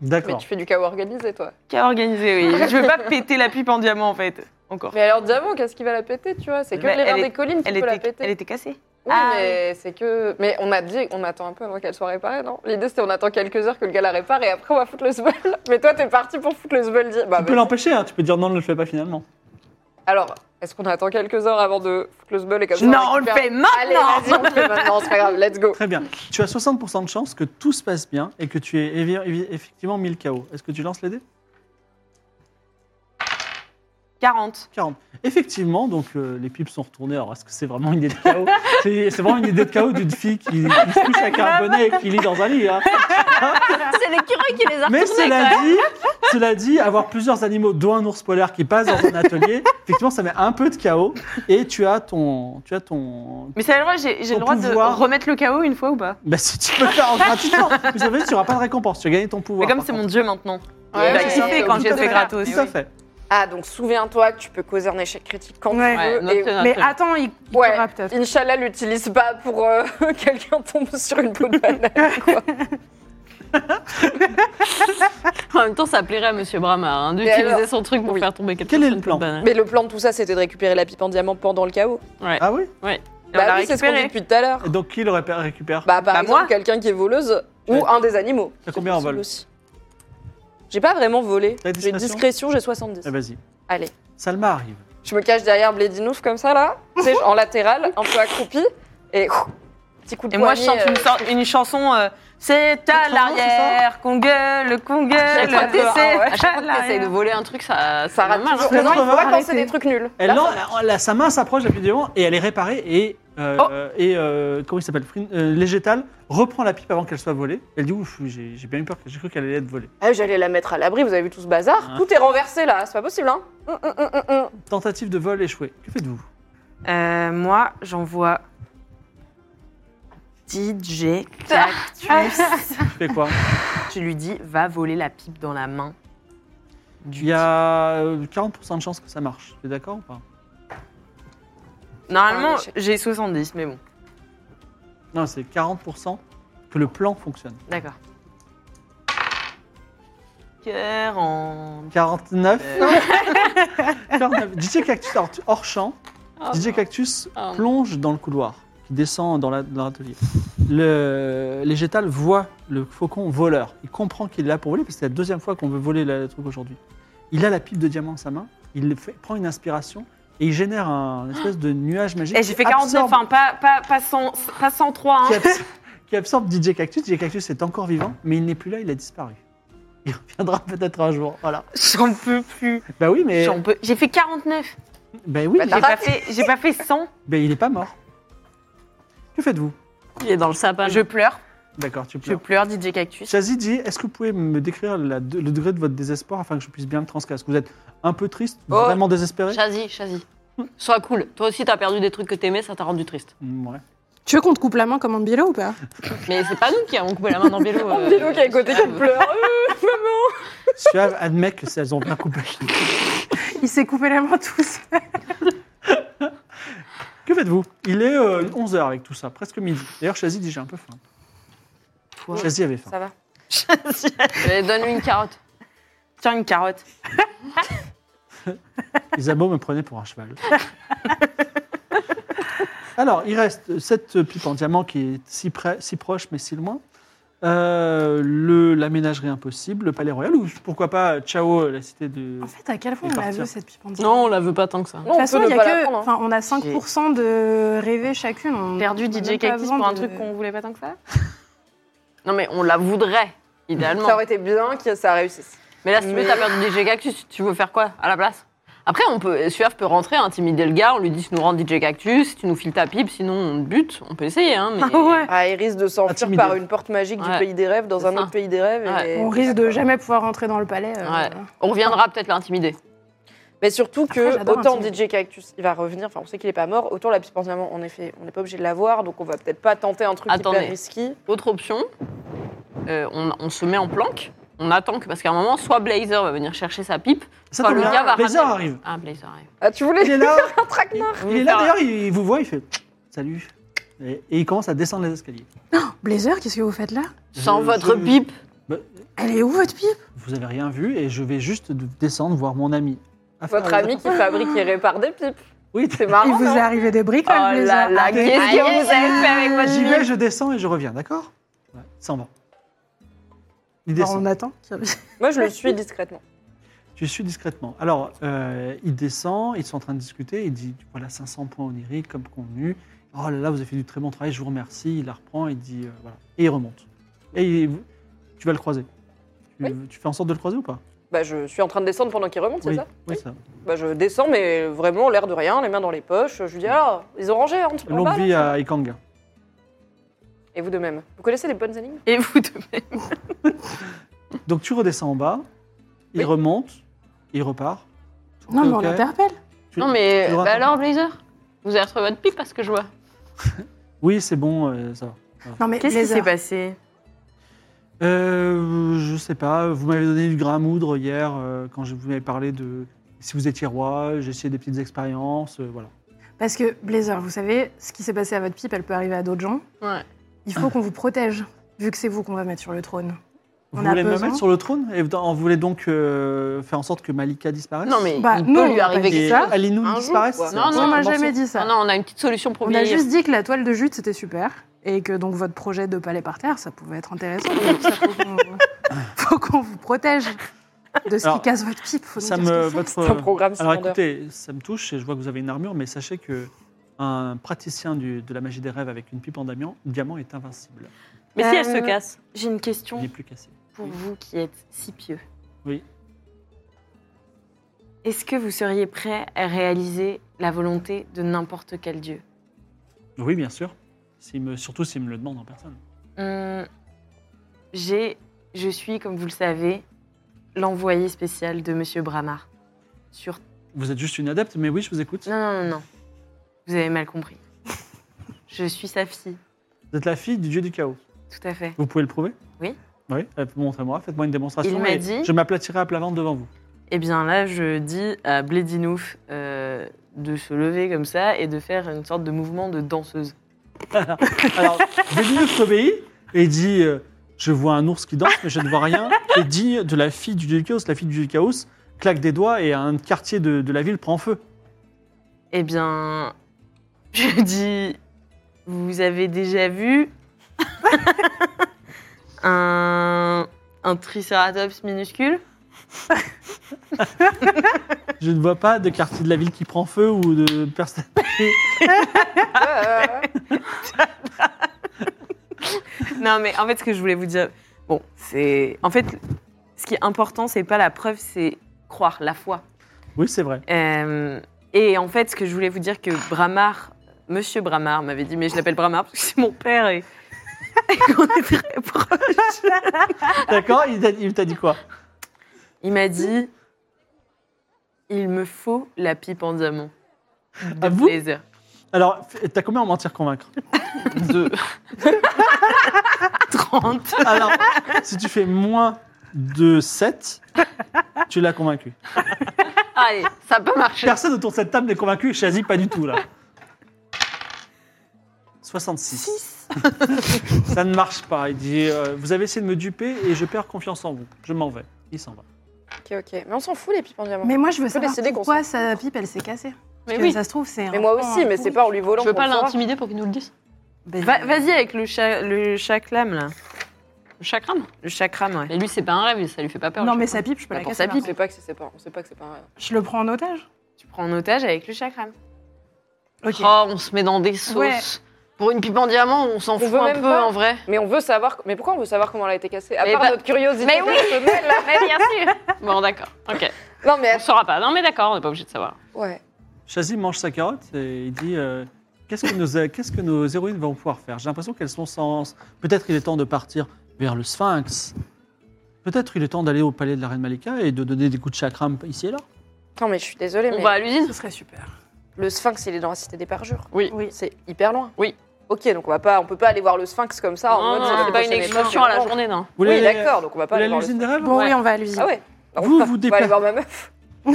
[SPEAKER 5] Mais
[SPEAKER 2] D'accord.
[SPEAKER 5] tu fais du chaos organisé, toi.
[SPEAKER 6] Qu'a organisé, oui. Je veux pas péter la pipe en diamant, en fait. Encore.
[SPEAKER 5] Mais alors, Diamant, qu'est-ce qui va la péter, tu vois C'est que
[SPEAKER 6] Mais
[SPEAKER 5] les
[SPEAKER 6] elle
[SPEAKER 5] reins
[SPEAKER 6] est-
[SPEAKER 5] des collines qui
[SPEAKER 6] Elle
[SPEAKER 5] peut la
[SPEAKER 6] était,
[SPEAKER 5] péter.
[SPEAKER 6] elle était cassée.
[SPEAKER 5] Oui,
[SPEAKER 6] Ah,
[SPEAKER 5] mais c'est que. Mais on a dit, on attend un peu avant qu'elle soit réparée, non L'idée, c'était on attend quelques heures que le gars la répare et après, on va foutre le sbeul. Mais toi, t'es parti pour foutre le sbeul. Di... Bah,
[SPEAKER 2] Tu peux
[SPEAKER 5] vas-y.
[SPEAKER 2] l'empêcher, hein, tu peux dire non, ne le fais pas finalement.
[SPEAKER 5] Alors, est-ce qu'on attend quelques heures avant de foutre le sbeul et comme ça
[SPEAKER 6] Non, on le
[SPEAKER 5] récupère-
[SPEAKER 6] fait
[SPEAKER 5] Allez,
[SPEAKER 6] maintenant
[SPEAKER 5] vas-y, on le fait maintenant, c'est pas grave, let's go.
[SPEAKER 2] Très bien. Tu as 60% de chance que tout se passe bien et que tu aies évi- évi- effectivement mis le chaos. Est-ce que tu lances les dés
[SPEAKER 6] 40.
[SPEAKER 2] 40. Effectivement, donc euh, les pipes sont retournées. Alors, est-ce que c'est vraiment une idée de chaos C'est c'est vraiment une idée de chaos d'une fille qui, qui se couche à Carbonnet et qui lit dans un lit. hein.
[SPEAKER 4] C'est l'écureuil qui les a
[SPEAKER 2] Mais
[SPEAKER 4] retournés,
[SPEAKER 2] cela
[SPEAKER 4] quand même.
[SPEAKER 2] dit, cela dit, avoir plusieurs animaux, dont un ours polaire qui passe dans un atelier, effectivement, ça met un peu de chaos. Et tu as ton, tu as ton.
[SPEAKER 6] Mais ça, alors, j'ai j'ai
[SPEAKER 2] Ton
[SPEAKER 6] le droit
[SPEAKER 2] pouvoir.
[SPEAKER 6] de remettre le chaos une fois ou pas
[SPEAKER 2] Bah si tu peux le faire en gratuitement, vous savez, tu n'auras pas de récompense. Tu as gagné ton pouvoir.
[SPEAKER 6] Mais comme
[SPEAKER 2] par
[SPEAKER 6] c'est
[SPEAKER 2] contre.
[SPEAKER 6] mon dieu maintenant.
[SPEAKER 5] Ouais,
[SPEAKER 6] il va
[SPEAKER 5] mais
[SPEAKER 6] kiffer
[SPEAKER 5] c'est
[SPEAKER 6] bah, quand je
[SPEAKER 5] obligé
[SPEAKER 6] le
[SPEAKER 5] de
[SPEAKER 6] fais
[SPEAKER 5] faire.
[SPEAKER 6] gratos.
[SPEAKER 2] Tout à fait.
[SPEAKER 5] Ah, donc souviens-toi que tu peux causer un échec critique quand
[SPEAKER 3] Ouais.
[SPEAKER 5] tu
[SPEAKER 4] Ouais,
[SPEAKER 5] veux. et-
[SPEAKER 4] notez, notez.
[SPEAKER 3] Mais attends, il, il
[SPEAKER 5] Ouais.
[SPEAKER 3] pourra peut-être.
[SPEAKER 5] Inch'Allah, l'utilise pas pour euh, quelqu'un tombe sur une peau de banane. Quoi.
[SPEAKER 4] En même temps, ça plairait à Monsieur Bramard hein, d'utiliser
[SPEAKER 5] alors-
[SPEAKER 4] son truc pour
[SPEAKER 5] Oui.
[SPEAKER 4] faire tomber quelqu'un.
[SPEAKER 2] Quel est
[SPEAKER 4] sur
[SPEAKER 2] le
[SPEAKER 4] une
[SPEAKER 2] plan
[SPEAKER 4] banane.
[SPEAKER 5] Mais le plan de tout ça, c'était de récupérer la pipe en diamant pendant le chaos.
[SPEAKER 2] Ah oui.
[SPEAKER 6] Et on l'a
[SPEAKER 5] Bah oui, c'est ce qu'on dit
[SPEAKER 6] récupéré.
[SPEAKER 5] depuis tout à l'heure.
[SPEAKER 2] Et donc qui le répa- récupère
[SPEAKER 5] Bah, par
[SPEAKER 6] Bah, moi.
[SPEAKER 5] exemple, quelqu'un qui est voleuse
[SPEAKER 2] Ouais.
[SPEAKER 5] ou un des animaux.
[SPEAKER 2] T'as combien en
[SPEAKER 5] possible
[SPEAKER 2] vol
[SPEAKER 5] aussi. J'ai pas vraiment volé.
[SPEAKER 2] T'as
[SPEAKER 5] J'ai
[SPEAKER 2] discrétion
[SPEAKER 5] discrétion, j'ai 70.
[SPEAKER 2] Eh, Vas-y.
[SPEAKER 5] Allez.
[SPEAKER 2] Salma arrive.
[SPEAKER 5] Je me cache derrière Blédinouf comme ça, là. tu sais, en latéral, un peu accroupi. Et ouf, petit coup de
[SPEAKER 6] Et moi, je
[SPEAKER 5] poignet,
[SPEAKER 6] chante
[SPEAKER 5] euh,
[SPEAKER 6] une, sor- une chanson. euh, c'est à
[SPEAKER 2] Autrement,
[SPEAKER 6] l'arrière qu'on gueule, qu'on gueule.
[SPEAKER 5] chaque fois que t'essaies-
[SPEAKER 6] c'est
[SPEAKER 5] ouais.
[SPEAKER 4] À chaque fois que
[SPEAKER 6] L'arrière.
[SPEAKER 4] t'essayes de voler un truc, ça,
[SPEAKER 5] Ça
[SPEAKER 4] c'est
[SPEAKER 5] rate
[SPEAKER 4] normal, hein.
[SPEAKER 5] toujours. Non, il faut pas
[SPEAKER 3] Arrêtez.
[SPEAKER 5] penser des trucs nuls.
[SPEAKER 2] Elle, lan- la- la- sa main s'approche du diamant et elle est réparée et euh,
[SPEAKER 6] Oh.
[SPEAKER 2] euh, et euh, comment il s'appelle Frin- euh, Légétal reprend la pipe avant qu'elle soit volée. Elle dit ouf, j'ai j'ai bien eu peur, j'ai cru qu'elle allait être volée.
[SPEAKER 5] Ah, J'allais la mettre à l'abri, vous avez vu tout ce bazar.
[SPEAKER 2] Ah.
[SPEAKER 5] Tout est renversé, là. C'est pas possible, hein. Hum, hum, hum, hum, hum.
[SPEAKER 2] Tentative de vol échouée. Que faites-vous
[SPEAKER 6] Euh, moi, j'envoie DJ
[SPEAKER 5] Ah.
[SPEAKER 6] Cactus.
[SPEAKER 2] Tu fais quoi
[SPEAKER 6] je lui dis, va voler la pipe dans la main.
[SPEAKER 2] Il y a euh, 40% de chances que ça marche. Tu es d'accord ou pas
[SPEAKER 6] Normalement,
[SPEAKER 5] Ah, l'échec.
[SPEAKER 6] j'ai 70, mais bon,
[SPEAKER 2] Non, c'est 40% que le plan fonctionne.
[SPEAKER 6] d'accord. 40.
[SPEAKER 2] 49.
[SPEAKER 6] Euh,
[SPEAKER 2] 49. DJ Cactus, alors, tu- hors champ,
[SPEAKER 6] Oh
[SPEAKER 4] Ah,
[SPEAKER 2] DJ Cactus
[SPEAKER 4] Ah.
[SPEAKER 2] plonge dans le couloir qui descend dans la- dans l'atelier. Le Légétal voit le faucon voleur. Il comprend qu'il est là pour voler parce que c'est la deuxième fois qu'on veut voler le truc aujourd'hui. Il a la pipe de diamant en sa main, il le fait- prend une inspiration et il génère un espèce de nuage magique.
[SPEAKER 6] eh, j'ai
[SPEAKER 2] qui
[SPEAKER 6] Ah. fait 49,
[SPEAKER 2] absorbe-
[SPEAKER 6] enfin, pas, pas, pas, 100, pas 103. Hein.
[SPEAKER 2] qui, abs- qui absorbe DJ Cactus. DJ Cactus est encore vivant, mais il n'est plus là, il a disparu. Il reviendra peut-être un jour. Voilà.
[SPEAKER 6] J'en peux plus.
[SPEAKER 2] Bah oui, mais.
[SPEAKER 6] J'en peux- J'ai fait 49.
[SPEAKER 2] Bah oui,
[SPEAKER 5] Bah,
[SPEAKER 2] mais-
[SPEAKER 5] t'as
[SPEAKER 6] J'ai pas, fait, j'ai pas fait 100.
[SPEAKER 2] mais il n'est pas mort. Que faites-vous
[SPEAKER 4] Il est dans le sapin.
[SPEAKER 6] Je pleure.
[SPEAKER 2] D'accord, tu
[SPEAKER 6] Je
[SPEAKER 2] pleures.
[SPEAKER 6] pleure, DJ Cactus.
[SPEAKER 2] Chazi dit est-ce que vous pouvez me décrire la de- le degré de votre désespoir afin que je puisse bien le transcrire Est-ce que vous êtes un peu triste
[SPEAKER 5] Oh.
[SPEAKER 2] Vraiment désespéré
[SPEAKER 4] Chazy, Chazy. Sois cool. Toi aussi, t'as perdu des trucs que t'aimais, ça t'a rendu triste.
[SPEAKER 2] Mm, Ouais.
[SPEAKER 3] Tu veux qu'on te coupe la main comme un bilo ou pas
[SPEAKER 4] Mais c'est pas nous qui avons coupé la main dans Bélo. euh,
[SPEAKER 5] Bilo qui est à côté qui pleure.
[SPEAKER 2] Suave admet que si elles ont bien coupé.
[SPEAKER 3] Il s'est coupé la main tous.
[SPEAKER 2] Que faites-vous Il est 11h avec tout ça, presque midi. D'ailleurs, Chazy dit j'ai un peu faim.
[SPEAKER 6] Toi,
[SPEAKER 2] Chazy avait faim.
[SPEAKER 5] Ça va.
[SPEAKER 4] Allez, Euh, Donne-lui une carotte.
[SPEAKER 6] tiens une carotte.
[SPEAKER 2] Isabeau me prenait pour un cheval. Alors, il reste cette pipe en diamant qui est si, près, si proche mais si loin. Euh, le, la ménagerie impossible, le palais royal, ou pourquoi pas euh, Chao, la cité de.
[SPEAKER 3] En fait, à quel point
[SPEAKER 2] Et
[SPEAKER 3] on la
[SPEAKER 2] partir.
[SPEAKER 3] veut cette pipe en diamant
[SPEAKER 4] Non, on la veut pas tant que ça.
[SPEAKER 5] Non,
[SPEAKER 3] De
[SPEAKER 5] on
[SPEAKER 3] toute façon,
[SPEAKER 5] peut
[SPEAKER 3] il
[SPEAKER 5] ne
[SPEAKER 3] y a
[SPEAKER 5] pas la
[SPEAKER 3] que,
[SPEAKER 5] prendre. hein.
[SPEAKER 3] enfin, on a 5% de rêver chacune. On
[SPEAKER 6] Perdu DJ
[SPEAKER 3] même pas
[SPEAKER 6] Cactus
[SPEAKER 3] besoin
[SPEAKER 6] pour un
[SPEAKER 3] de-
[SPEAKER 6] truc qu'on voulait pas tant que ça
[SPEAKER 4] Non, mais on la voudrait, idéalement.
[SPEAKER 5] Ça aurait été bien que ça réussisse.
[SPEAKER 4] Mais là, si tu
[SPEAKER 5] Mais-
[SPEAKER 4] veux, t'as peur du DJ Cactus. Tu veux faire quoi à la place Après, on peut, Suave peut rentrer, intimider le gars. On lui dit, tu nous rends DJ Cactus, si tu nous files ta pipe, sinon on te bute. On peut essayer, hein. Mais...
[SPEAKER 5] Ah, il risque de s'enfuir
[SPEAKER 2] Intimidé.
[SPEAKER 5] par une porte magique du
[SPEAKER 4] Ouais.
[SPEAKER 5] pays des rêves dans
[SPEAKER 4] C'est
[SPEAKER 5] un
[SPEAKER 4] ça.
[SPEAKER 5] autre pays des rêves.
[SPEAKER 4] Ouais.
[SPEAKER 5] et-
[SPEAKER 3] On risque de jamais pouvoir rentrer dans le palais. euh,
[SPEAKER 4] Ouais. On reviendra peut-être l'intimider.
[SPEAKER 5] Mais surtout
[SPEAKER 3] Après,
[SPEAKER 5] que,
[SPEAKER 3] j'adore
[SPEAKER 5] autant
[SPEAKER 3] intimider.
[SPEAKER 5] DJ Cactus, il va revenir, enfin on sait qu'il est pas mort, autant la pipe en diamant, en effet, on n'est pas obligé de l'avoir, donc on va peut-être pas tenter un truc
[SPEAKER 4] Attendez.
[SPEAKER 5] hyper risqué.
[SPEAKER 4] Autre option, euh, on, on se met en planque. On attend que, parce qu'à un moment, soit Blazer va venir chercher sa pipe,
[SPEAKER 2] Ça
[SPEAKER 4] soit
[SPEAKER 2] tombe
[SPEAKER 4] le
[SPEAKER 2] bien,
[SPEAKER 4] gars va
[SPEAKER 2] Blazer
[SPEAKER 4] ramener-
[SPEAKER 2] arrive.
[SPEAKER 4] Ah, Blazer arrive.
[SPEAKER 5] Ah, tu voulais
[SPEAKER 2] Il est là,
[SPEAKER 5] un traquenard
[SPEAKER 2] il est là d'ailleurs, il vous voit, il fait Salut. Et, et il commence à descendre les escaliers.
[SPEAKER 3] Blazer, qu'est-ce que vous faites là
[SPEAKER 4] Sans
[SPEAKER 2] Je-
[SPEAKER 4] votre
[SPEAKER 2] je-
[SPEAKER 4] pipe.
[SPEAKER 2] Bah,
[SPEAKER 3] Elle est où votre pipe
[SPEAKER 2] vous avez rien vu et je vais juste de- descendre voir mon ami. Affaire
[SPEAKER 5] Votre
[SPEAKER 2] à-
[SPEAKER 5] ami qui fabrique et répare des pipes.
[SPEAKER 2] Oui,
[SPEAKER 5] C'est marrant.
[SPEAKER 3] Il vous
[SPEAKER 5] Ah non
[SPEAKER 3] est arrivé des briques,
[SPEAKER 4] Oh là là,
[SPEAKER 3] Blazer.
[SPEAKER 4] qu'est-ce
[SPEAKER 5] Aïe,
[SPEAKER 4] que
[SPEAKER 5] aïe,
[SPEAKER 4] vous avez fait avec votre
[SPEAKER 2] j'y
[SPEAKER 4] pipe
[SPEAKER 2] vais, je descends et je reviens, d'accord ouais, Il s'en va. Il
[SPEAKER 3] Alors,
[SPEAKER 2] descend.
[SPEAKER 3] on attend. qu'il-
[SPEAKER 5] Moi je le suis discrètement.
[SPEAKER 2] Tu suis discrètement. Alors, euh, il descend, ils sont en train de discuter, il dit voilà 500 points oniriques comme convenu. Oh là là, vous avez fait du très bon travail, je vous remercie. Il la reprend, il dit euh, voilà. Et il remonte. Et il- tu vas le croiser. Tu, tu fais en sorte de le croiser ou pas
[SPEAKER 5] Bah je suis en train de descendre pendant qu'il remonte, c'est
[SPEAKER 2] Oui,
[SPEAKER 5] ça
[SPEAKER 2] oui, ça.
[SPEAKER 5] Bah je descends, mais vraiment l'air de rien, les mains dans les poches. Je lui dis alors, ils ont rangé, hein, tu prends
[SPEAKER 2] Longue
[SPEAKER 5] pas, là
[SPEAKER 2] vie à Ikanga.
[SPEAKER 5] Et vous de même. Vous connaissez les bonnes énigmes
[SPEAKER 6] Et vous deux.
[SPEAKER 2] Donc tu redescends en bas, il
[SPEAKER 5] Oui.
[SPEAKER 2] remonte, il repart.
[SPEAKER 3] Non, mais on
[SPEAKER 2] Ok.
[SPEAKER 3] l'interpelle.
[SPEAKER 2] Tu-
[SPEAKER 4] Non, mais
[SPEAKER 2] tu le
[SPEAKER 4] bah
[SPEAKER 2] rattrapes.
[SPEAKER 4] alors, Blazer, vous avez retrouvé votre pipe parce que je vois.
[SPEAKER 2] Oui, c'est bon, euh, ça va.
[SPEAKER 3] Non, mais
[SPEAKER 6] Qu'est-ce qui s'est
[SPEAKER 3] Blazer,
[SPEAKER 6] passé
[SPEAKER 2] Euh, je sais pas, vous m'avez donné du grain à moudre hier euh, quand je vous avais parlé de si vous étiez roi, j'ai essayé des petites expériences, euh, voilà.
[SPEAKER 3] parce que Blazer, vous savez, ce qui s'est passé à votre pipe, elle peut arriver à d'autres gens.
[SPEAKER 4] Ouais.
[SPEAKER 3] Il faut qu'on vous protège, vu que c'est vous qu'on va mettre sur le trône.
[SPEAKER 2] Vous
[SPEAKER 3] On a
[SPEAKER 2] voulez me
[SPEAKER 3] besoin.
[SPEAKER 2] mettre sur le trône et vous vous voulez donc euh, faire en sorte que Malika disparaisse
[SPEAKER 4] Non, mais
[SPEAKER 3] Bah,
[SPEAKER 4] il
[SPEAKER 3] nous,
[SPEAKER 4] peut
[SPEAKER 3] on
[SPEAKER 4] lui
[SPEAKER 3] va
[SPEAKER 4] arriver
[SPEAKER 3] pas dire
[SPEAKER 2] et
[SPEAKER 4] quelque chose.
[SPEAKER 2] Alinou
[SPEAKER 5] Un jour,
[SPEAKER 2] disparaisse
[SPEAKER 5] quoi.
[SPEAKER 2] c'est
[SPEAKER 4] Non,
[SPEAKER 2] un
[SPEAKER 4] non,
[SPEAKER 2] sacré
[SPEAKER 3] on n'a
[SPEAKER 2] morceau.
[SPEAKER 3] jamais dit ça.
[SPEAKER 4] Ah non, on a une petite solution pour
[SPEAKER 3] on a
[SPEAKER 4] vieillir.
[SPEAKER 3] juste dit que la toile de jute, c'était super. Et que donc votre projet de palais par terre, ça pouvait être intéressant. Donc, ça, faut qu'on- faut qu'on vous protège de ce qui
[SPEAKER 2] Alors,
[SPEAKER 3] casse votre pipe. Faut nous
[SPEAKER 2] Ça
[SPEAKER 3] dire ce
[SPEAKER 2] me
[SPEAKER 3] que c'est.
[SPEAKER 2] votre
[SPEAKER 5] C'est un programme
[SPEAKER 2] Alors
[SPEAKER 5] Simander.
[SPEAKER 2] écoutez, ça me touche et je vois que vous avez une armure, mais sachez que un praticien du- de la magie des rêves avec une pipe en diamant, diamant est invincible.
[SPEAKER 4] Mais si elle se
[SPEAKER 6] Euh,
[SPEAKER 4] casse
[SPEAKER 6] J'ai une
[SPEAKER 2] Il
[SPEAKER 6] question
[SPEAKER 2] est plus cassé.
[SPEAKER 6] pour vous qui êtes si pieux.
[SPEAKER 2] Oui.
[SPEAKER 6] Est-ce que vous seriez prêt à réaliser la volonté de n'importe quel dieu
[SPEAKER 2] Oui, bien sûr. S'il me- surtout s'il me le demande en personne.
[SPEAKER 6] Hum, J'ai, je suis, comme vous le savez, l'envoyé spécial de Monsieur Bramar. Sur.
[SPEAKER 2] Vous êtes juste une adepte, mais oui, je vous écoute.
[SPEAKER 6] Non, non, non, non. Vous avez mal compris. je suis sa fille,
[SPEAKER 2] Vous êtes la fille du dieu du chaos.
[SPEAKER 6] tout à fait.
[SPEAKER 2] Vous pouvez le prouver
[SPEAKER 6] Oui.
[SPEAKER 2] Oui, euh, montrez-moi, faites-moi une démonstration.
[SPEAKER 6] Il m'a
[SPEAKER 2] et
[SPEAKER 6] dit-
[SPEAKER 2] Je m'aplatirai à plat ventre devant vous.
[SPEAKER 6] Eh bien là, je dis à Blédinouf euh, de se lever comme ça et de faire une sorte de mouvement de danseuse.
[SPEAKER 2] Alors, Bédinouf obéit et dit euh, Je vois un ours qui danse, mais je ne vois rien. Et dit de la fille du dieu du chaos, la fille du dieu du chaos claque des doigts et un quartier de, de la ville prend feu.
[SPEAKER 6] Eh bien, je dis, vous avez déjà vu un, un tricératops minuscule
[SPEAKER 2] Je ne vois pas de quartier de la ville qui prend feu ou de personne.
[SPEAKER 5] Ouais, ouais, ouais.
[SPEAKER 6] Non, mais en fait, ce que je voulais vous dire, bon, c'est. En fait, ce qui est important, c'est pas la preuve, c'est croire, la foi.
[SPEAKER 2] Oui, c'est vrai.
[SPEAKER 6] Euh, et en fait, ce que je voulais vous dire, que Bramar, Monsieur Bramar m'avait dit, mais je l'appelle Bramar parce que c'est mon père et, et qu'on est très proches.
[SPEAKER 2] D'accord Il t'a- il t'a dit quoi
[SPEAKER 6] Il m'a dit, il me faut la pipe en diamant.
[SPEAKER 2] À vous
[SPEAKER 6] Blazer.
[SPEAKER 2] Alors, f- t'as combien en mentir convaincre
[SPEAKER 4] de.
[SPEAKER 6] 30.
[SPEAKER 2] Alors, si tu fais moins de 7, tu l'as convaincu.
[SPEAKER 4] Allez, ça peut marcher.
[SPEAKER 2] Personne autour de cette table n'est convaincu, Chazy pas du tout là. 66. Ça ne marche pas. Il dit euh, Vous avez essayé de me duper et je perds confiance en vous. Je m'en vais. Il s'en va.
[SPEAKER 5] Ok, ok. Mais on s'en fout, les pipes en diamant.
[SPEAKER 3] Mais moi, je veux
[SPEAKER 5] peut
[SPEAKER 3] savoir
[SPEAKER 5] décider qu'on
[SPEAKER 3] pourquoi sa pipe, elle s'est cassée.
[SPEAKER 4] Mais
[SPEAKER 3] Parce que
[SPEAKER 4] oui.
[SPEAKER 3] Ça se trouve, c'est.
[SPEAKER 5] Mais moi aussi, mais c'est pas en lui volant.
[SPEAKER 4] Je veux
[SPEAKER 5] qu'on
[SPEAKER 4] pas
[SPEAKER 5] le saura.
[SPEAKER 4] l'intimider pour qu'il nous le dise.
[SPEAKER 3] Ben,
[SPEAKER 6] Va- Vas-y avec le, cha- le chakram, là.
[SPEAKER 4] Le chakram.
[SPEAKER 6] Le chakram, ouais.
[SPEAKER 4] Mais lui, c'est pas un rêve, ça lui fait pas peur.
[SPEAKER 3] Non,
[SPEAKER 4] le
[SPEAKER 3] mais sa
[SPEAKER 4] chakram.
[SPEAKER 3] pipe, je peux
[SPEAKER 6] Bah,
[SPEAKER 3] la
[SPEAKER 6] pour
[SPEAKER 3] casser.
[SPEAKER 6] sa pipe.
[SPEAKER 5] hein. On sait pas que c'est pas. On sait pas que c'est pas. un-
[SPEAKER 3] Je le prends en otage.
[SPEAKER 6] Tu prends en otage avec le chakram.
[SPEAKER 3] Ok.
[SPEAKER 4] Oh, on se met dans des sauces.
[SPEAKER 3] Ouais.
[SPEAKER 4] Pour une pipe en diamant, on s'en
[SPEAKER 5] On
[SPEAKER 4] fout
[SPEAKER 5] veut
[SPEAKER 4] un
[SPEAKER 5] même
[SPEAKER 4] peu
[SPEAKER 5] pas.
[SPEAKER 4] en vrai.
[SPEAKER 5] Mais on veut savoir. Mais pourquoi on veut savoir comment elle a été cassée À
[SPEAKER 4] Mais
[SPEAKER 5] part
[SPEAKER 4] bah-
[SPEAKER 5] notre curiosité
[SPEAKER 4] Mais oui.
[SPEAKER 5] personnelle, là.
[SPEAKER 4] Mais bien sûr. bon, d'accord. Ok.
[SPEAKER 5] Non mais
[SPEAKER 4] On saura pas. Non, mais d'accord, on n'est pas obligé de savoir.
[SPEAKER 5] ouais.
[SPEAKER 2] Chazi mange sa carotte et il dit euh, qu'est-ce, que nos, qu'est-ce que nos héroïnes vont pouvoir faire J'ai l'impression qu'elles sont sans. Peut-être il est temps de partir vers le Sphinx. Peut-être il est temps d'aller au palais de la reine Malika et de donner des coups de chakram ici et là.
[SPEAKER 5] Non mais je suis désolée.
[SPEAKER 4] On
[SPEAKER 5] mais
[SPEAKER 4] va à l'usine.
[SPEAKER 3] Ce serait super.
[SPEAKER 5] Le Sphinx, il est dans la cité des parjures.
[SPEAKER 4] Oui.
[SPEAKER 3] Oui.
[SPEAKER 5] C'est hyper loin.
[SPEAKER 4] Oui.
[SPEAKER 5] Ok, donc on va pas, on peut pas aller voir le Sphinx comme ça. en
[SPEAKER 4] Non,
[SPEAKER 5] mode,
[SPEAKER 4] non,
[SPEAKER 5] ça
[SPEAKER 4] c'est
[SPEAKER 5] fait
[SPEAKER 4] pas une
[SPEAKER 5] passionner.
[SPEAKER 4] excursion à la journée, non.
[SPEAKER 2] Vous
[SPEAKER 5] Oui,
[SPEAKER 2] voulez aller-
[SPEAKER 5] d'accord. Donc on va
[SPEAKER 2] vous
[SPEAKER 5] pas
[SPEAKER 2] voulez
[SPEAKER 5] aller
[SPEAKER 2] à
[SPEAKER 5] voir le
[SPEAKER 2] l'usine des rêves
[SPEAKER 3] Bon,
[SPEAKER 4] Ouais.
[SPEAKER 3] oui, on va à l'usine.
[SPEAKER 5] Ah ouais. Alors,
[SPEAKER 2] Vous vous
[SPEAKER 5] on va aller
[SPEAKER 2] déplacez-
[SPEAKER 5] voir ma meuf.
[SPEAKER 2] Vous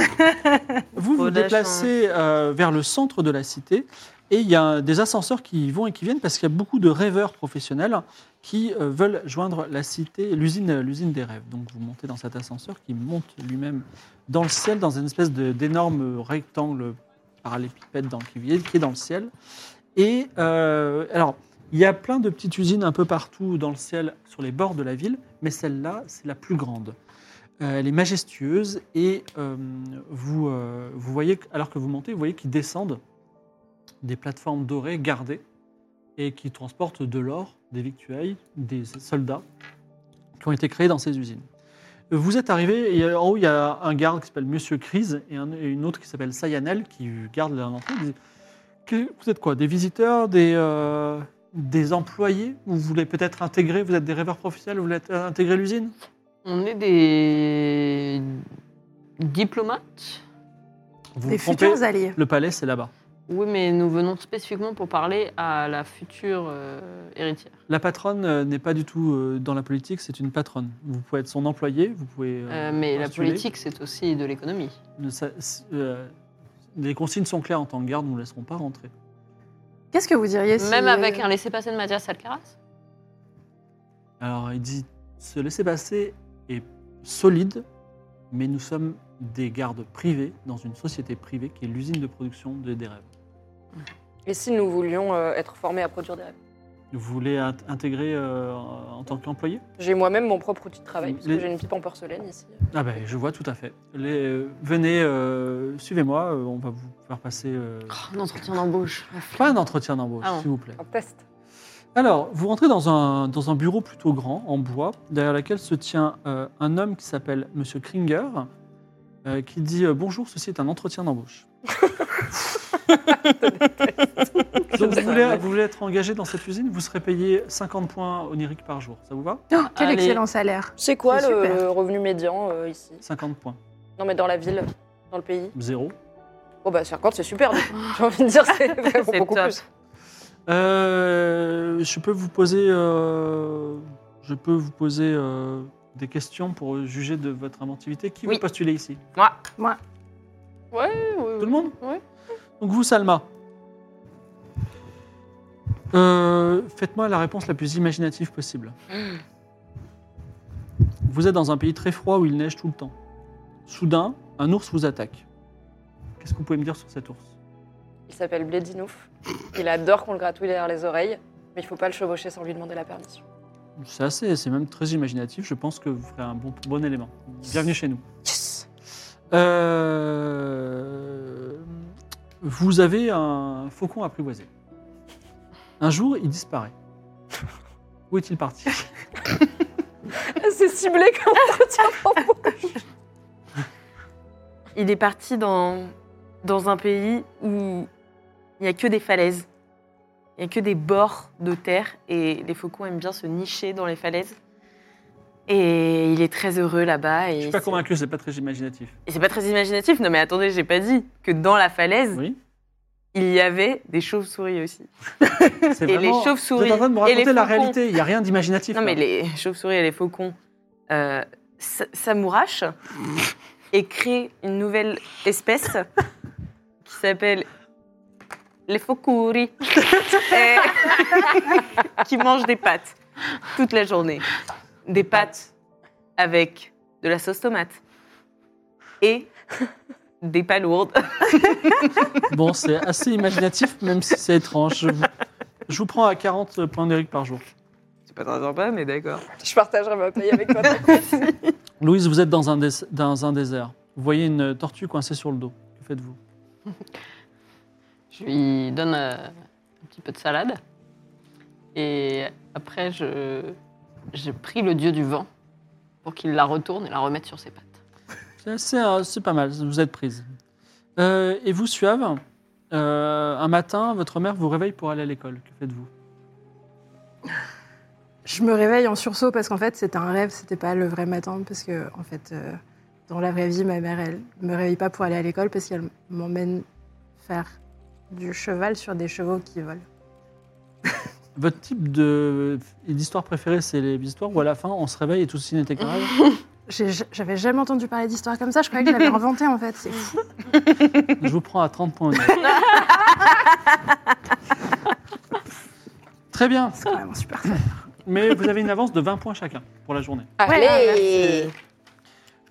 [SPEAKER 2] vous
[SPEAKER 6] Faut d'achat.
[SPEAKER 2] déplacez euh, vers le centre de la cité et il y a des ascenseurs qui vont et qui viennent parce qu'il y a beaucoup de rêveurs professionnels qui euh, veulent joindre la cité, l'usine, l'usine des rêves. Donc vous montez dans cet ascenseur qui monte lui-même dans le ciel, dans une espèce de- d'énorme rectangle parallépipède dans, qui, vient- qui est dans le ciel. Et euh, alors, il y a plein de petites usines un peu partout dans le ciel, sur les bords de la ville, mais celle-là, c'est la plus grande. Euh, elle est majestueuse et euh, vous, euh, vous voyez, que- alors que vous montez, vous voyez qu'ils descendent des plateformes dorées gardées et qui transportent de l'or, des victuailles, des soldats qui ont été créés dans ces usines. Vous êtes arrivé et euh, en haut, il y a un garde qui s'appelle Monsieur Crise et, un- et une autre qui s'appelle Sayanel qui garde l'entrée. Il dit, Que- Vous êtes quoi Des visiteurs Des, euh, des employés Vous voulez peut-être intégrer Vous êtes des rêveurs professionnels Vous voulez être- intégrer l'usine
[SPEAKER 4] On est des diplomates.
[SPEAKER 2] Vous
[SPEAKER 3] Des
[SPEAKER 2] vous trompez.
[SPEAKER 3] futurs alliés.
[SPEAKER 2] Le palais, c'est là-bas.
[SPEAKER 4] Oui, mais nous venons spécifiquement pour parler à la future euh, héritière.
[SPEAKER 2] La patronne euh, n'est pas du tout euh, dans la politique, c'est une patronne. Vous pouvez être son employé, vous pouvez. euh,
[SPEAKER 4] Euh, mais la
[SPEAKER 2] postuler.
[SPEAKER 4] politique, c'est aussi de l'économie.
[SPEAKER 2] Ne sa- s- euh, les consignes sont claires en tant que garde, nous ne laisserons pas rentrer.
[SPEAKER 3] Qu'est-ce que vous diriez si. euh,
[SPEAKER 4] Même avec un laissez-passer de Mathias Alcaraz
[SPEAKER 2] Alors il dit se laisser passer est solide, mais nous sommes des gardes privés dans une société privée qui est l'usine de production de, des rêves.
[SPEAKER 5] Et si nous voulions euh, être formés à produire des rêves
[SPEAKER 2] Vous voulez int- intégrer euh, en tant qu'employé
[SPEAKER 5] J'ai moi-même mon propre outil de travail parce
[SPEAKER 2] Les-
[SPEAKER 5] que j'ai une pipe en porcelaine ici.
[SPEAKER 2] Ah ben je vois tout à fait. Les- euh, venez, euh, suivez-moi, euh, on va vous faire passer. euh,
[SPEAKER 4] oh, Un entretien d'embauche.
[SPEAKER 2] Pas un entretien d'embauche,
[SPEAKER 4] Ah bon.
[SPEAKER 2] s'il vous plaît.
[SPEAKER 5] Un test.
[SPEAKER 2] Alors, vous rentrez dans un, dans un bureau plutôt grand, en bois, derrière laquelle se tient euh, un homme qui s'appelle Monsieur Kringer, euh, qui dit euh, Bonjour, ceci est un entretien d'embauche. Donc, vous voulez, vous voulez être engagé dans cette usine, vous serez payé 50 points oniriques par jour. Ça vous va
[SPEAKER 3] Oh, quel
[SPEAKER 4] Allez.
[SPEAKER 3] excellent salaire.
[SPEAKER 5] C'est quoi
[SPEAKER 3] C'est
[SPEAKER 5] le
[SPEAKER 3] super.
[SPEAKER 5] le revenu médian euh, ici
[SPEAKER 2] 50 points.
[SPEAKER 5] Non mais dans la ville, dans le pays.
[SPEAKER 2] Zéro.
[SPEAKER 5] Oh bah 50 c'est super. donc. j'ai envie de dire c'est vraiment
[SPEAKER 6] C'est
[SPEAKER 5] beaucoup
[SPEAKER 6] top.
[SPEAKER 5] plus.
[SPEAKER 2] Euh, je peux vous poser, euh, je peux vous poser euh, des questions pour juger de votre inventivité. Qui
[SPEAKER 6] Oui.
[SPEAKER 2] veut postuler ici
[SPEAKER 6] Moi.
[SPEAKER 3] Moi.
[SPEAKER 4] Ouais,
[SPEAKER 2] Tout le monde
[SPEAKER 4] Ouais.
[SPEAKER 2] Donc vous, Salma, euh, faites-moi la réponse la plus imaginative possible. Vous êtes dans un pays très froid où il neige tout le temps. Soudain, un ours vous attaque. Qu'est-ce que vous pouvez me dire sur cet ours
[SPEAKER 5] Il s'appelle Bledinouf. Il adore qu'on le gratouille derrière les oreilles, mais il faut pas le chevaucher sans lui demander la permission.
[SPEAKER 2] C'est assez, c'est même très imaginatif. Je pense que vous ferez un bon, bon élément. Bienvenue chez nous.
[SPEAKER 5] Yes.
[SPEAKER 2] Euh, vous avez un faucon apprivoisé. Un jour, il disparaît. Où est-il parti
[SPEAKER 5] Ah, C'est ciblé comme entretien d'embauche.
[SPEAKER 6] Il est parti dans, dans un pays où il n'y a que des falaises. Il n'y a que des bords de terre. Et les faucons aiment bien se nicher dans les falaises. Et il est très heureux là-bas.
[SPEAKER 2] Je
[SPEAKER 6] Et
[SPEAKER 2] suis pas
[SPEAKER 6] c'est-
[SPEAKER 2] convaincu, c'est pas très imaginatif.
[SPEAKER 6] et c'est pas très imaginatif. Non, mais attendez, j'ai pas dit que dans la falaise,
[SPEAKER 2] Oui,
[SPEAKER 6] il y avait des chauves-souris aussi.
[SPEAKER 2] c'est
[SPEAKER 6] Et les
[SPEAKER 2] vraiment- Vous
[SPEAKER 6] chauves-souris.
[SPEAKER 2] êtes en train de me
[SPEAKER 6] et les
[SPEAKER 2] raconter la
[SPEAKER 6] faucons.
[SPEAKER 2] réalité, il n'y a rien d'imaginatif.
[SPEAKER 6] Non, mais
[SPEAKER 2] là.
[SPEAKER 6] les chauves-souris et les faucons euh, s- s'amourachent et créent une nouvelle espèce qui s'appelle les fokuri, qui mangent des pâtes toute la journée. Des pâtes avec de la sauce tomate et des palourdes.
[SPEAKER 2] Bon, c'est assez imaginatif, même si c'est étrange. Je vous, je vous prends à 40 points d'Eric par jour.
[SPEAKER 6] C'est pas très sympa, mais d'accord.
[SPEAKER 5] Je partagerai ma paye avec toi.
[SPEAKER 2] Louise, vous êtes dans un, dés- dans un désert. Vous voyez une tortue coincée sur le dos. Que faites-vous
[SPEAKER 4] Je lui donne euh, un petit peu de salade. Et après, je, je prie le dieu du vent pour qu'il la retourne et la remette sur ses pattes.
[SPEAKER 2] C'est- C'est euh, c'est pas mal, vous êtes prise. Euh, et vous, Suave, euh, un matin, votre mère vous réveille pour aller à l'école. Que faites-vous
[SPEAKER 3] Je me réveille en sursaut parce qu'en fait, c'était un rêve, c'était pas le vrai matin. Parce que, en fait, euh, dans la vraie vie, ma mère, elle me réveille pas pour aller à l'école parce qu'elle m'emmène faire du cheval sur des chevaux qui volent.
[SPEAKER 2] Votre type de d'histoire préférée, c'est les histoires où à la fin, on se réveille et tout ceci n'était que rêve
[SPEAKER 3] J'ai- J'avais jamais entendu parler d'histoire comme ça, je croyais que je l'avais inventé en fait. C'est fou.
[SPEAKER 2] Je vous prends à 30 points. Très bien,
[SPEAKER 3] C'est quand même un super.
[SPEAKER 2] mais vous avez une avance de 20 points chacun pour la journée.
[SPEAKER 5] Allez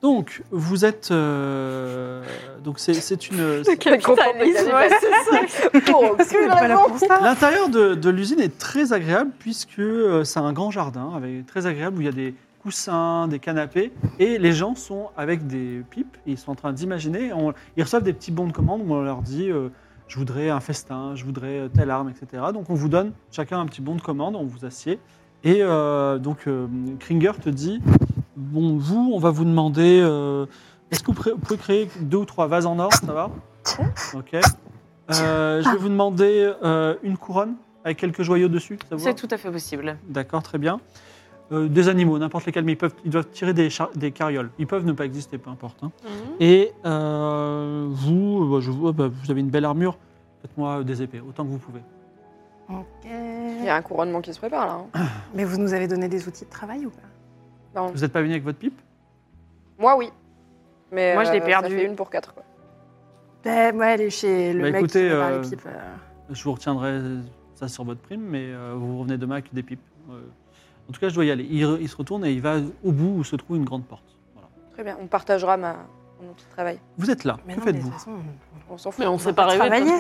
[SPEAKER 2] Donc, vous êtes... euh, donc, c'est- c'est une... c'est-
[SPEAKER 5] Quel capitalisme ouais, c'est ça. Pour aucune
[SPEAKER 3] pas là
[SPEAKER 5] raison.
[SPEAKER 3] pour ça.
[SPEAKER 2] L'intérieur de, de l'usine est très agréable puisque euh, c'est un grand jardin avec, très agréable où il y a des coussins, des canapés et les gens sont avec des pipes. Ils sont en train d'imaginer. on- Ils reçoivent des petits bons de commande où on leur dit euh, je voudrais un festin, je voudrais euh, telle arme, etc. Donc on vous donne chacun un petit bon de commande, on vous assied. Et euh, donc euh, Kringer te dit bon vous, on va vous demander euh, est-ce que vous pré- vous pouvez créer deux ou trois vases en or, ça va Ok. Euh, je vais vous demander euh, une couronne avec quelques joyaux dessus. ça vous va
[SPEAKER 6] C'est tout à fait possible.
[SPEAKER 2] D'accord, très bien. Euh, des animaux, n'importe lesquels, mais ils, peuvent, ils doivent tirer des, char- des carrioles. Ils peuvent ne pas exister, peu importe. hein.
[SPEAKER 6] Mhm.
[SPEAKER 2] Et euh, vous, euh, bah, je vois, bah, vous avez une belle armure. Faites-moi des épées, autant que vous pouvez.
[SPEAKER 5] Il
[SPEAKER 3] Ok.
[SPEAKER 5] y a un couronnement qui se prépare là.
[SPEAKER 4] Ah.
[SPEAKER 5] hein.
[SPEAKER 3] Mais vous nous avez donné des outils de travail ou pas
[SPEAKER 5] Non.
[SPEAKER 2] Vous n'êtes pas venu avec votre pipe
[SPEAKER 5] Moi, oui. Mais
[SPEAKER 6] Moi, je l'ai
[SPEAKER 5] euh,
[SPEAKER 6] perdu.
[SPEAKER 5] Ça fait une pour quatre. Quoi.
[SPEAKER 3] Ben, moi, elle est chez le
[SPEAKER 2] Bah,
[SPEAKER 3] mec
[SPEAKER 2] écoutez,
[SPEAKER 3] qui prépare
[SPEAKER 2] euh,
[SPEAKER 3] les pipes. euh.
[SPEAKER 2] Je vous retiendrai ça sur votre prime, mais euh, vous revenez demain avec des pipes. Euh, en tout cas, je dois y aller. Il, re- il se retourne et il va au bout où se trouve une grande porte. Voilà.
[SPEAKER 5] Très bien. On partagera ma... mon outil de travail.
[SPEAKER 2] Vous êtes là,
[SPEAKER 3] Mais
[SPEAKER 2] que
[SPEAKER 3] non, mais de toute
[SPEAKER 2] faites-vous
[SPEAKER 3] façon,
[SPEAKER 5] On s'en fout.
[SPEAKER 4] Mais on ne s'est pas rêvé.
[SPEAKER 3] travailler.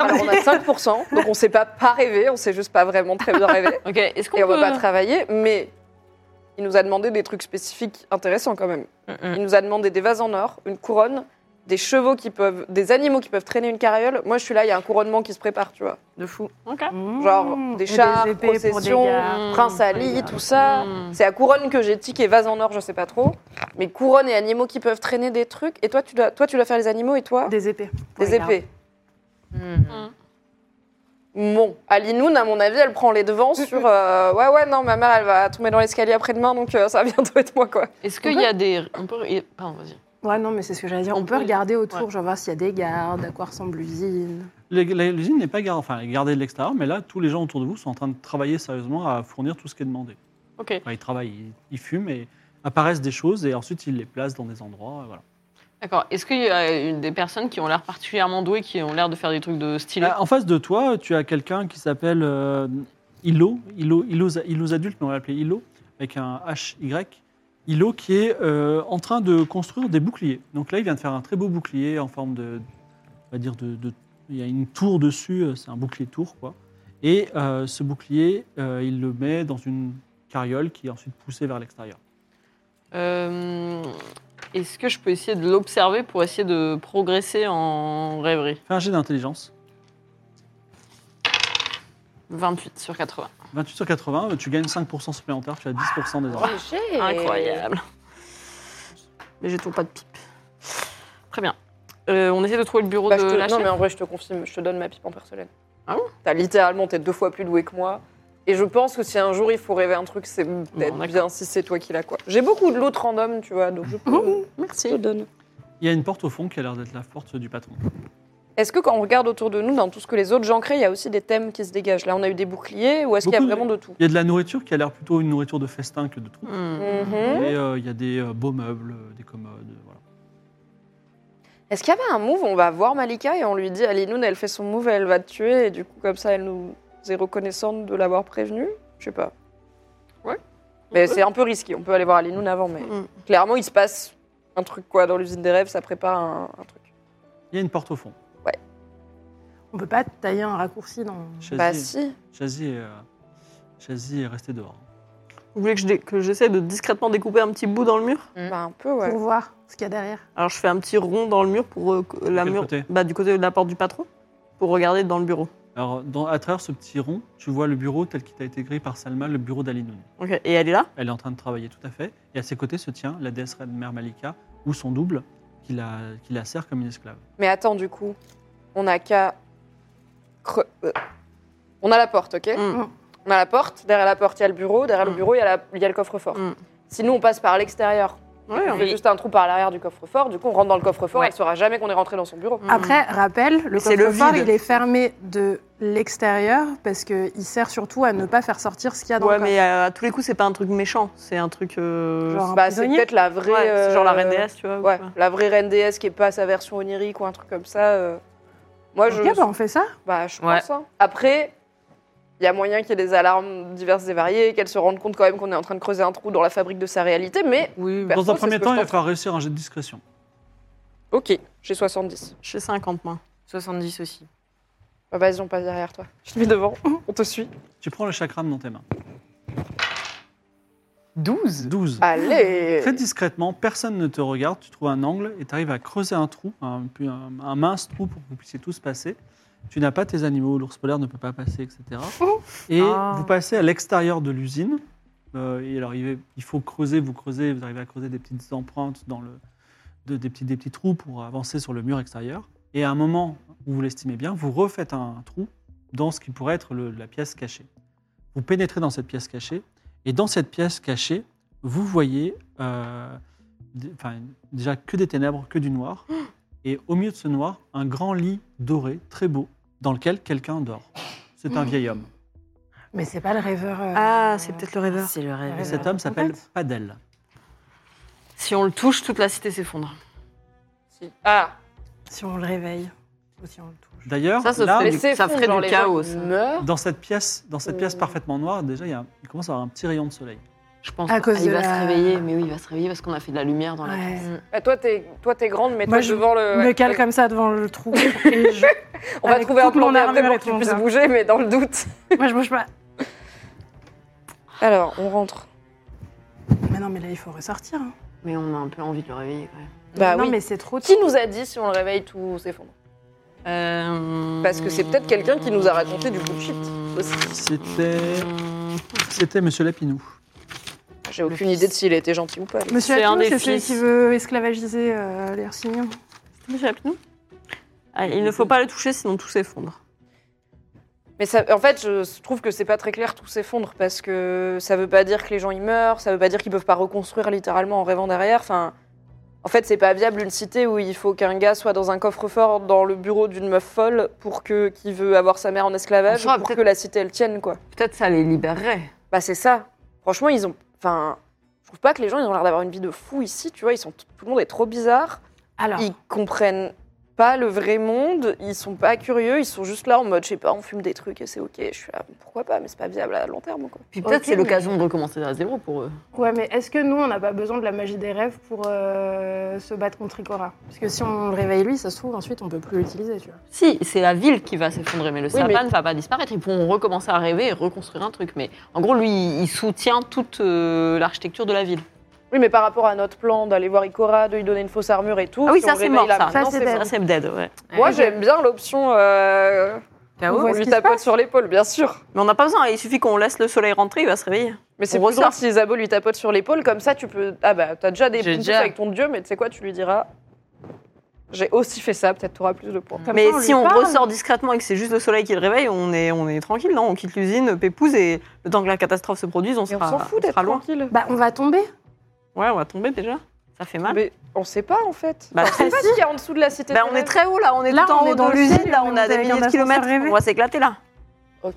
[SPEAKER 5] Alors, on a 5%, donc on ne sait pas pas rêver, on ne sait juste pas vraiment très bien rêver.
[SPEAKER 4] Ok, est-ce qu'on
[SPEAKER 5] Et on ne
[SPEAKER 4] peut...
[SPEAKER 5] va pas travailler, mais il nous a demandé des trucs spécifiques intéressants quand même. Il nous a demandé des vases en or, une couronne, des chevaux qui peuvent, des animaux qui peuvent traîner une carriole. Moi, je suis là, il y a un couronnement qui se prépare, tu vois.
[SPEAKER 6] De fou.
[SPEAKER 4] Ok.
[SPEAKER 5] Genre
[SPEAKER 3] Mmh.
[SPEAKER 5] des
[SPEAKER 3] Et
[SPEAKER 5] chars,
[SPEAKER 3] épées pour des
[SPEAKER 5] processions,
[SPEAKER 3] gars.
[SPEAKER 4] Mmh.
[SPEAKER 5] Prince Ali, tout ça.
[SPEAKER 4] Mmh.
[SPEAKER 5] C'est la couronne que j'ai tiqué, vase en or, je sais pas trop. Mais couronne et animaux qui peuvent traîner des trucs. Et toi, tu dois, toi, tu dois faire les animaux et toi
[SPEAKER 3] Des épées. pour
[SPEAKER 5] Des
[SPEAKER 3] les gardes.
[SPEAKER 5] épées.
[SPEAKER 6] Mm.
[SPEAKER 5] Bon, Alinoun, à mon avis, elle prend les devants sur. euh, ouais, ouais, non, ma mère, elle va tomber dans l'escalier après-demain, donc euh, ça va bientôt être moi, quoi.
[SPEAKER 4] Est-ce qu'il y a des... On peut... et- Pardon, vas-y.
[SPEAKER 3] Ouais, non, mais c'est ce que j'allais dire.
[SPEAKER 4] On
[SPEAKER 3] On,
[SPEAKER 4] peut-
[SPEAKER 3] peut regarder autour, genre voir s'il y a des gardes, à quoi ressemble l'usine.
[SPEAKER 2] Les- la- L'usine n'est pas gardée, enfin, elle est gardée de l'extérieur, mais là, tous les gens autour de vous sont en train de travailler sérieusement à fournir tout ce qui est demandé.
[SPEAKER 4] Ok.
[SPEAKER 2] Enfin, ils travaillent, ils, ils fument et apparaissent des choses et ensuite ils les placent dans des endroits. et Voilà.
[SPEAKER 4] D'accord. Est-ce qu'il y a une des personnes qui ont l'air particulièrement douées, qui ont l'air de faire des trucs de style
[SPEAKER 2] Ah, En face de toi, tu as quelqu'un qui s'appelle euh, Ilo, Ilo, Ilo's, Ilo's adulte, mais on l'appelait Ilo, avec un H-Y. Ilo qui est euh, en train de construire des boucliers. Donc là, il vient de faire un très beau bouclier en forme de. On va dire de. de- il y a une tour dessus, euh, c'est un bouclier tour, quoi. Et euh, ce bouclier, euh, il le met dans une carriole qui est ensuite poussée vers l'extérieur.
[SPEAKER 4] Euh, Est-ce que je peux essayer de l'observer pour essayer de progresser en rêverie
[SPEAKER 2] Fais un jet d'intelligence.
[SPEAKER 4] 28 sur 80.
[SPEAKER 2] 28 sur 80, tu gagnes 5% supplémentaire, tu as 10%
[SPEAKER 4] Oh,
[SPEAKER 2] désormais.
[SPEAKER 4] Incroyable. Mais j'ai toujours pas de pipe. Très bien. Euh, on essaie de trouver le bureau
[SPEAKER 5] Bah, je
[SPEAKER 4] de
[SPEAKER 5] te-
[SPEAKER 4] la
[SPEAKER 5] non,
[SPEAKER 4] chef.
[SPEAKER 5] mais en vrai, je te confirme, je te donne ma pipe en porcelaine.
[SPEAKER 4] Ah bon
[SPEAKER 5] T'as littéralement, t'es deux fois plus doué que moi. Et je pense que si un jour il faut rêver un truc, c'est peut-être
[SPEAKER 4] d'accord.
[SPEAKER 5] bien si c'est toi qui l'as, quoi. J'ai beaucoup de l'autre random, tu vois, donc je peux-
[SPEAKER 4] Merci.
[SPEAKER 5] je te donne.
[SPEAKER 2] Il y a une porte au fond qui a l'air d'être la porte du patron.
[SPEAKER 5] Est-ce que quand on regarde autour de nous, dans tout ce que les autres gens créent, il y a aussi des thèmes qui se dégagent Là, on a eu des boucliers, ou est-ce qu'il y a
[SPEAKER 2] Beaucoup de-
[SPEAKER 5] vraiment de tout
[SPEAKER 2] Il y a de la nourriture qui a l'air plutôt une nourriture de festin que de trou.
[SPEAKER 4] Hmm.
[SPEAKER 5] Mhm.
[SPEAKER 2] Et euh, il y a des euh, beaux meubles, euh, des commodes. euh, Voilà.
[SPEAKER 5] Est-ce qu'il y avait un move On va voir Malika et on lui dit Alinoun, elle fait son move, elle va te tuer, et du coup, comme ça, elle nous est reconnaissante de l'avoir prévenue Je sais pas.
[SPEAKER 4] Ouais.
[SPEAKER 5] Mais c'est un peu risqué, on peut aller voir Alinoun avant, mais
[SPEAKER 4] Mm.
[SPEAKER 5] clairement, il se passe un truc, quoi, dans l'usine des rêves, ça prépare un, un truc.
[SPEAKER 2] Il y a une porte au fond.
[SPEAKER 3] On peut pas tailler un raccourci dans.
[SPEAKER 2] Chazy,
[SPEAKER 5] Bah, si.
[SPEAKER 2] Chazy est, euh, Chazy est resté dehors.
[SPEAKER 4] Vous voulez que je dé- que j'essaie de discrètement découper un petit bout dans le mur
[SPEAKER 5] Bah, un peu, ouais.
[SPEAKER 3] Pour voir ce qu'il y a derrière.
[SPEAKER 4] Alors je fais un petit rond dans le mur pour euh, que- la
[SPEAKER 2] quel
[SPEAKER 4] mur
[SPEAKER 2] côté
[SPEAKER 4] bah, du côté de la porte du patron pour regarder dans le bureau.
[SPEAKER 2] Alors, dans- à travers ce petit rond, tu vois le bureau tel qu'il a été gris par Salma, le bureau d'Alinoun.
[SPEAKER 4] Ok. Et elle est là
[SPEAKER 2] Elle est en train de travailler tout à fait, et à ses côtés se tient la déesse reine mère Malika, ou son double, qui la, qui la sert comme une esclave.
[SPEAKER 5] Mais attends, du coup, on a qu'à. cre- euh, On a la porte, ok
[SPEAKER 4] Mm.
[SPEAKER 5] On a la porte, derrière la porte, il y a le bureau, derrière le
[SPEAKER 4] Mm.
[SPEAKER 5] bureau, il y, a la- il y a le coffre-fort.
[SPEAKER 4] Mm.
[SPEAKER 5] Sinon, on passe par l'extérieur.
[SPEAKER 4] Ouais,
[SPEAKER 5] On fait juste un trou par l'arrière du coffre-fort, du coup, on rentre dans le coffre-fort,
[SPEAKER 4] Ouais. Mm.
[SPEAKER 5] elle saura jamais qu'on est rentré dans son bureau.
[SPEAKER 3] Après, rappel, le
[SPEAKER 4] C'est le
[SPEAKER 3] coffre-fort,
[SPEAKER 4] vide.
[SPEAKER 3] il est fermé de l'extérieur parce qu'il sert surtout à ne pas faire sortir ce qu'il y a dans
[SPEAKER 4] Ouais,
[SPEAKER 3] le coffre.
[SPEAKER 4] mais euh, à tous les coups c'est pas un truc méchant, c'est un truc euh,
[SPEAKER 3] Genre un
[SPEAKER 5] Bah, c'est
[SPEAKER 3] prisonnier
[SPEAKER 5] peut-être la vraie.
[SPEAKER 4] ouais, c'est genre la
[SPEAKER 5] euh,
[SPEAKER 4] reine déesse, tu vois. ou
[SPEAKER 5] Ouais,
[SPEAKER 4] quoi.
[SPEAKER 5] la vraie reine déesse qui est pas sa version onirique ou un truc comme ça. euh. Moi, je.
[SPEAKER 3] Ok, bah, on fait ça.
[SPEAKER 5] Bah, je
[SPEAKER 6] Ouais.
[SPEAKER 5] pense. hein. Après, il y a moyen qu'il y ait des alarmes diverses et variées, qu'elle se rende compte quand même qu'on est en train de creuser un trou dans la fabrique de sa réalité, mais.
[SPEAKER 6] Oui,
[SPEAKER 5] Perso,
[SPEAKER 2] dans un
[SPEAKER 5] c'est
[SPEAKER 2] premier
[SPEAKER 5] ce que
[SPEAKER 2] temps,
[SPEAKER 5] je
[SPEAKER 2] il va
[SPEAKER 5] pense.
[SPEAKER 2] falloir réussir un jet de discrétion.
[SPEAKER 5] Ok, j'ai 70.
[SPEAKER 4] J'ai 50 mains.
[SPEAKER 6] 70 aussi.
[SPEAKER 5] Bah, vas-y, on passe derrière toi. Je te mets devant, on te suit.
[SPEAKER 2] Tu prends le chakram dans tes mains.
[SPEAKER 6] 12
[SPEAKER 2] 12.
[SPEAKER 5] Allez
[SPEAKER 2] Très discrètement, personne ne te regarde, tu trouves un angle et tu arrives à creuser un trou, un, puis un- un mince trou pour que vous puissiez tous passer. Tu n'as pas tes animaux, l'ours polaire ne peut pas passer, etc. Et
[SPEAKER 6] Ah.
[SPEAKER 2] vous passez à l'extérieur de l'usine. Euh, et alors, il, va- il faut creuser, vous creusez, vous arrivez à creuser des petites empreintes, dans le, de- des, petits, des petits trous pour avancer sur le mur extérieur. Et à un moment où vous l'estimez bien, vous refaites un trou dans ce qui pourrait être le- la pièce cachée. Vous pénétrez dans cette pièce cachée, et dans cette pièce cachée, vous voyez euh, d- enfin, déjà que des ténèbres, que du noir, et au milieu de ce noir, un grand lit doré, très beau, dans lequel quelqu'un dort. C'est
[SPEAKER 4] Mmh.
[SPEAKER 2] un vieil homme.
[SPEAKER 3] Mais c'est pas le rêveur. euh,
[SPEAKER 4] Ah, c'est peut-être le rêveur.
[SPEAKER 6] C'est le
[SPEAKER 2] Et
[SPEAKER 3] Ouais,
[SPEAKER 6] rêve.
[SPEAKER 2] cet
[SPEAKER 3] bah,
[SPEAKER 2] homme s'appelle
[SPEAKER 3] contacte.
[SPEAKER 2] Padel.
[SPEAKER 4] Si on le touche, toute la cité s'effondre.
[SPEAKER 5] Ah
[SPEAKER 3] Si on le réveille ou si on le touche.
[SPEAKER 2] D'ailleurs,
[SPEAKER 4] Ça, ça
[SPEAKER 2] là,
[SPEAKER 4] ferait
[SPEAKER 5] Mais
[SPEAKER 4] du-
[SPEAKER 5] c'est
[SPEAKER 4] Ah, ça
[SPEAKER 5] fou,
[SPEAKER 4] ferait
[SPEAKER 5] genre,
[SPEAKER 4] du
[SPEAKER 5] les
[SPEAKER 4] chaos,
[SPEAKER 5] gens
[SPEAKER 4] ça.
[SPEAKER 5] meurent.
[SPEAKER 2] dans cette pièce, dans cette
[SPEAKER 4] Euh.
[SPEAKER 2] pièce parfaitement noire, déjà, il, y a- il commence à avoir un petit rayon de soleil.
[SPEAKER 4] Je pense
[SPEAKER 3] À cause
[SPEAKER 4] qu'il
[SPEAKER 3] de
[SPEAKER 4] va
[SPEAKER 3] la-
[SPEAKER 4] se réveiller, mais oui, il va se réveiller parce qu'on a fait de la lumière dans la
[SPEAKER 3] Ouais. Mm.
[SPEAKER 5] Bah, toi, t'es toi, t'es grande, mais
[SPEAKER 3] Moi,
[SPEAKER 5] toi,
[SPEAKER 3] je
[SPEAKER 5] devant le.
[SPEAKER 3] me
[SPEAKER 5] ouais.
[SPEAKER 3] cale comme ça devant le trou. et je-
[SPEAKER 5] On va
[SPEAKER 3] avec
[SPEAKER 5] trouver un
[SPEAKER 3] toute
[SPEAKER 5] plan
[SPEAKER 3] mon
[SPEAKER 5] B après
[SPEAKER 3] armure
[SPEAKER 5] pour
[SPEAKER 3] et
[SPEAKER 5] que
[SPEAKER 3] tout,
[SPEAKER 5] tu
[SPEAKER 3] on
[SPEAKER 5] puisses
[SPEAKER 3] verra.
[SPEAKER 5] bouger, mais dans le doute.
[SPEAKER 3] Moi, je bouge pas.
[SPEAKER 5] Alors, on rentre.
[SPEAKER 3] Mais non, mais là, il faut ressortir. hein.
[SPEAKER 4] Mais on a un peu envie de le réveiller quand même.
[SPEAKER 5] Bah
[SPEAKER 3] non,
[SPEAKER 5] oui.
[SPEAKER 3] mais c'est trop.
[SPEAKER 5] Qui nous a dit si on le réveille, tout s'effondre
[SPEAKER 4] Euh,
[SPEAKER 5] Parce que c'est peut-être quelqu'un qui nous a raconté du bullshit aussi.
[SPEAKER 2] C'était, c'était Monsieur Lapinou.
[SPEAKER 5] J'ai aucune idée de s'il était gentil ou pas. mais-
[SPEAKER 3] Monsieur
[SPEAKER 4] C'est un
[SPEAKER 3] Atkin,
[SPEAKER 4] des
[SPEAKER 3] c'est celui
[SPEAKER 4] fils.
[SPEAKER 3] qui veut esclavagiser euh, les Hercyniens.
[SPEAKER 4] Monsieur Lapinou Ah, Il ne faut pas le toucher, sinon tout s'effondre.
[SPEAKER 5] Mais ça, en fait, je trouve que c'est pas très clair, tout s'effondre, parce que ça veut pas dire que les gens y meurent, ça veut pas dire qu'ils peuvent pas reconstruire littéralement en rêvant derrière. Enfin, en fait, c'est pas viable une cité où il faut qu'un gars soit dans un coffre-fort dans le bureau d'une meuf folle pour que qui veut avoir sa mère en esclavage,
[SPEAKER 4] Enfin,
[SPEAKER 5] pour
[SPEAKER 4] peut-être-
[SPEAKER 5] que la cité elle tienne, quoi.
[SPEAKER 4] Peut-être ça les libérerait.
[SPEAKER 5] Bah c'est ça. Franchement, ils ont. Enfin, je trouve pas que les gens ils ont l'air d'avoir une vie de fou ici. Tu vois, ils sont tout le monde est trop bizarre.
[SPEAKER 3] Alors,
[SPEAKER 5] Ils comprennent pas le vrai monde. Ils sont pas curieux. Ils sont juste là en mode, je sais pas, on fume des trucs et c'est ok. Je suis là, pourquoi pas Mais c'est pas viable à long terme, quoi.
[SPEAKER 4] Puis peut-être
[SPEAKER 3] Ok,
[SPEAKER 4] c'est
[SPEAKER 3] mais-
[SPEAKER 4] l'occasion de recommencer à zéro pour eux.
[SPEAKER 3] ouais, mais est-ce que nous, on n'a pas besoin de la magie des rêves pour euh, se battre contre Ikora Parce que si on le réveille lui, ça se trouve, ensuite, on peut plus l'utiliser, tu vois.
[SPEAKER 4] Si, c'est la ville qui va s'effondrer, mais le
[SPEAKER 5] mais-
[SPEAKER 4] sapin ne va pas disparaître. Ils pourront recommencer à rêver et reconstruire un truc. Mais en gros, lui, il soutient toute euh, l'architecture de la ville.
[SPEAKER 5] Oui, mais par rapport à notre plan d'aller voir Ikora, de lui donner une fausse armure et tout.
[SPEAKER 4] Ah oui,
[SPEAKER 5] si
[SPEAKER 4] ça
[SPEAKER 5] on
[SPEAKER 4] c'est
[SPEAKER 5] réveille
[SPEAKER 4] mort,
[SPEAKER 5] la-
[SPEAKER 4] ça.
[SPEAKER 5] Non,
[SPEAKER 3] Ça, c'est
[SPEAKER 5] c'est
[SPEAKER 3] dead.
[SPEAKER 4] ça
[SPEAKER 5] mort.
[SPEAKER 4] c'est dead, ouais.
[SPEAKER 5] Moi, j'aime bien l'option. euh,
[SPEAKER 3] On
[SPEAKER 5] on
[SPEAKER 3] voit ce
[SPEAKER 5] lui
[SPEAKER 3] qui se
[SPEAKER 5] tapote
[SPEAKER 3] passe.
[SPEAKER 5] sur l'épaule, bien sûr.
[SPEAKER 4] Mais on n'a pas besoin, il suffit qu'on laisse le soleil rentrer, il va se réveiller.
[SPEAKER 5] Mais c'est
[SPEAKER 4] On
[SPEAKER 5] plus
[SPEAKER 4] ressort.
[SPEAKER 5] drôle si Isabeau lui tapote sur l'épaule, comme ça tu peux. Ah bah, t'as déjà des
[SPEAKER 6] J'ai
[SPEAKER 5] points
[SPEAKER 6] déjà.
[SPEAKER 5] avec ton dieu, mais tu sais quoi, tu lui diras. J'ai aussi fait ça, peut-être t'auras plus de points.
[SPEAKER 3] Comme
[SPEAKER 4] Mais
[SPEAKER 3] ça,
[SPEAKER 4] si
[SPEAKER 3] lui
[SPEAKER 4] on
[SPEAKER 3] parle.
[SPEAKER 4] ressort discrètement et que c'est juste le soleil qui le réveille, on est, on est tranquille, non On quitte l'usine, Pépouze, et le temps que la catastrophe se produise, on
[SPEAKER 5] Et on
[SPEAKER 4] sera,
[SPEAKER 5] s'en fout
[SPEAKER 4] on
[SPEAKER 5] d'être
[SPEAKER 4] sera loin.
[SPEAKER 5] tranquille.
[SPEAKER 3] Bah, on va tomber.
[SPEAKER 4] Ouais, on va tomber déjà. Ça fait mal.
[SPEAKER 5] Mais on sait pas en fait.
[SPEAKER 4] Bah,
[SPEAKER 5] on sait pas ce qu'il y a en dessous de la cité.
[SPEAKER 4] hein. Bah,
[SPEAKER 5] de
[SPEAKER 4] on est
[SPEAKER 5] Rennes.
[SPEAKER 4] très haut là, on est
[SPEAKER 3] Là,
[SPEAKER 4] tout en
[SPEAKER 3] on est
[SPEAKER 4] haut
[SPEAKER 3] dans
[SPEAKER 4] de
[SPEAKER 3] l'usine,
[SPEAKER 4] l'usine, là
[SPEAKER 3] mais
[SPEAKER 4] on
[SPEAKER 3] vous
[SPEAKER 4] a
[SPEAKER 3] avez
[SPEAKER 4] des
[SPEAKER 3] un
[SPEAKER 4] milliers de
[SPEAKER 3] ascenseur
[SPEAKER 4] kilomètres,
[SPEAKER 3] rêvé.
[SPEAKER 4] on va s'éclater là.
[SPEAKER 5] Ok.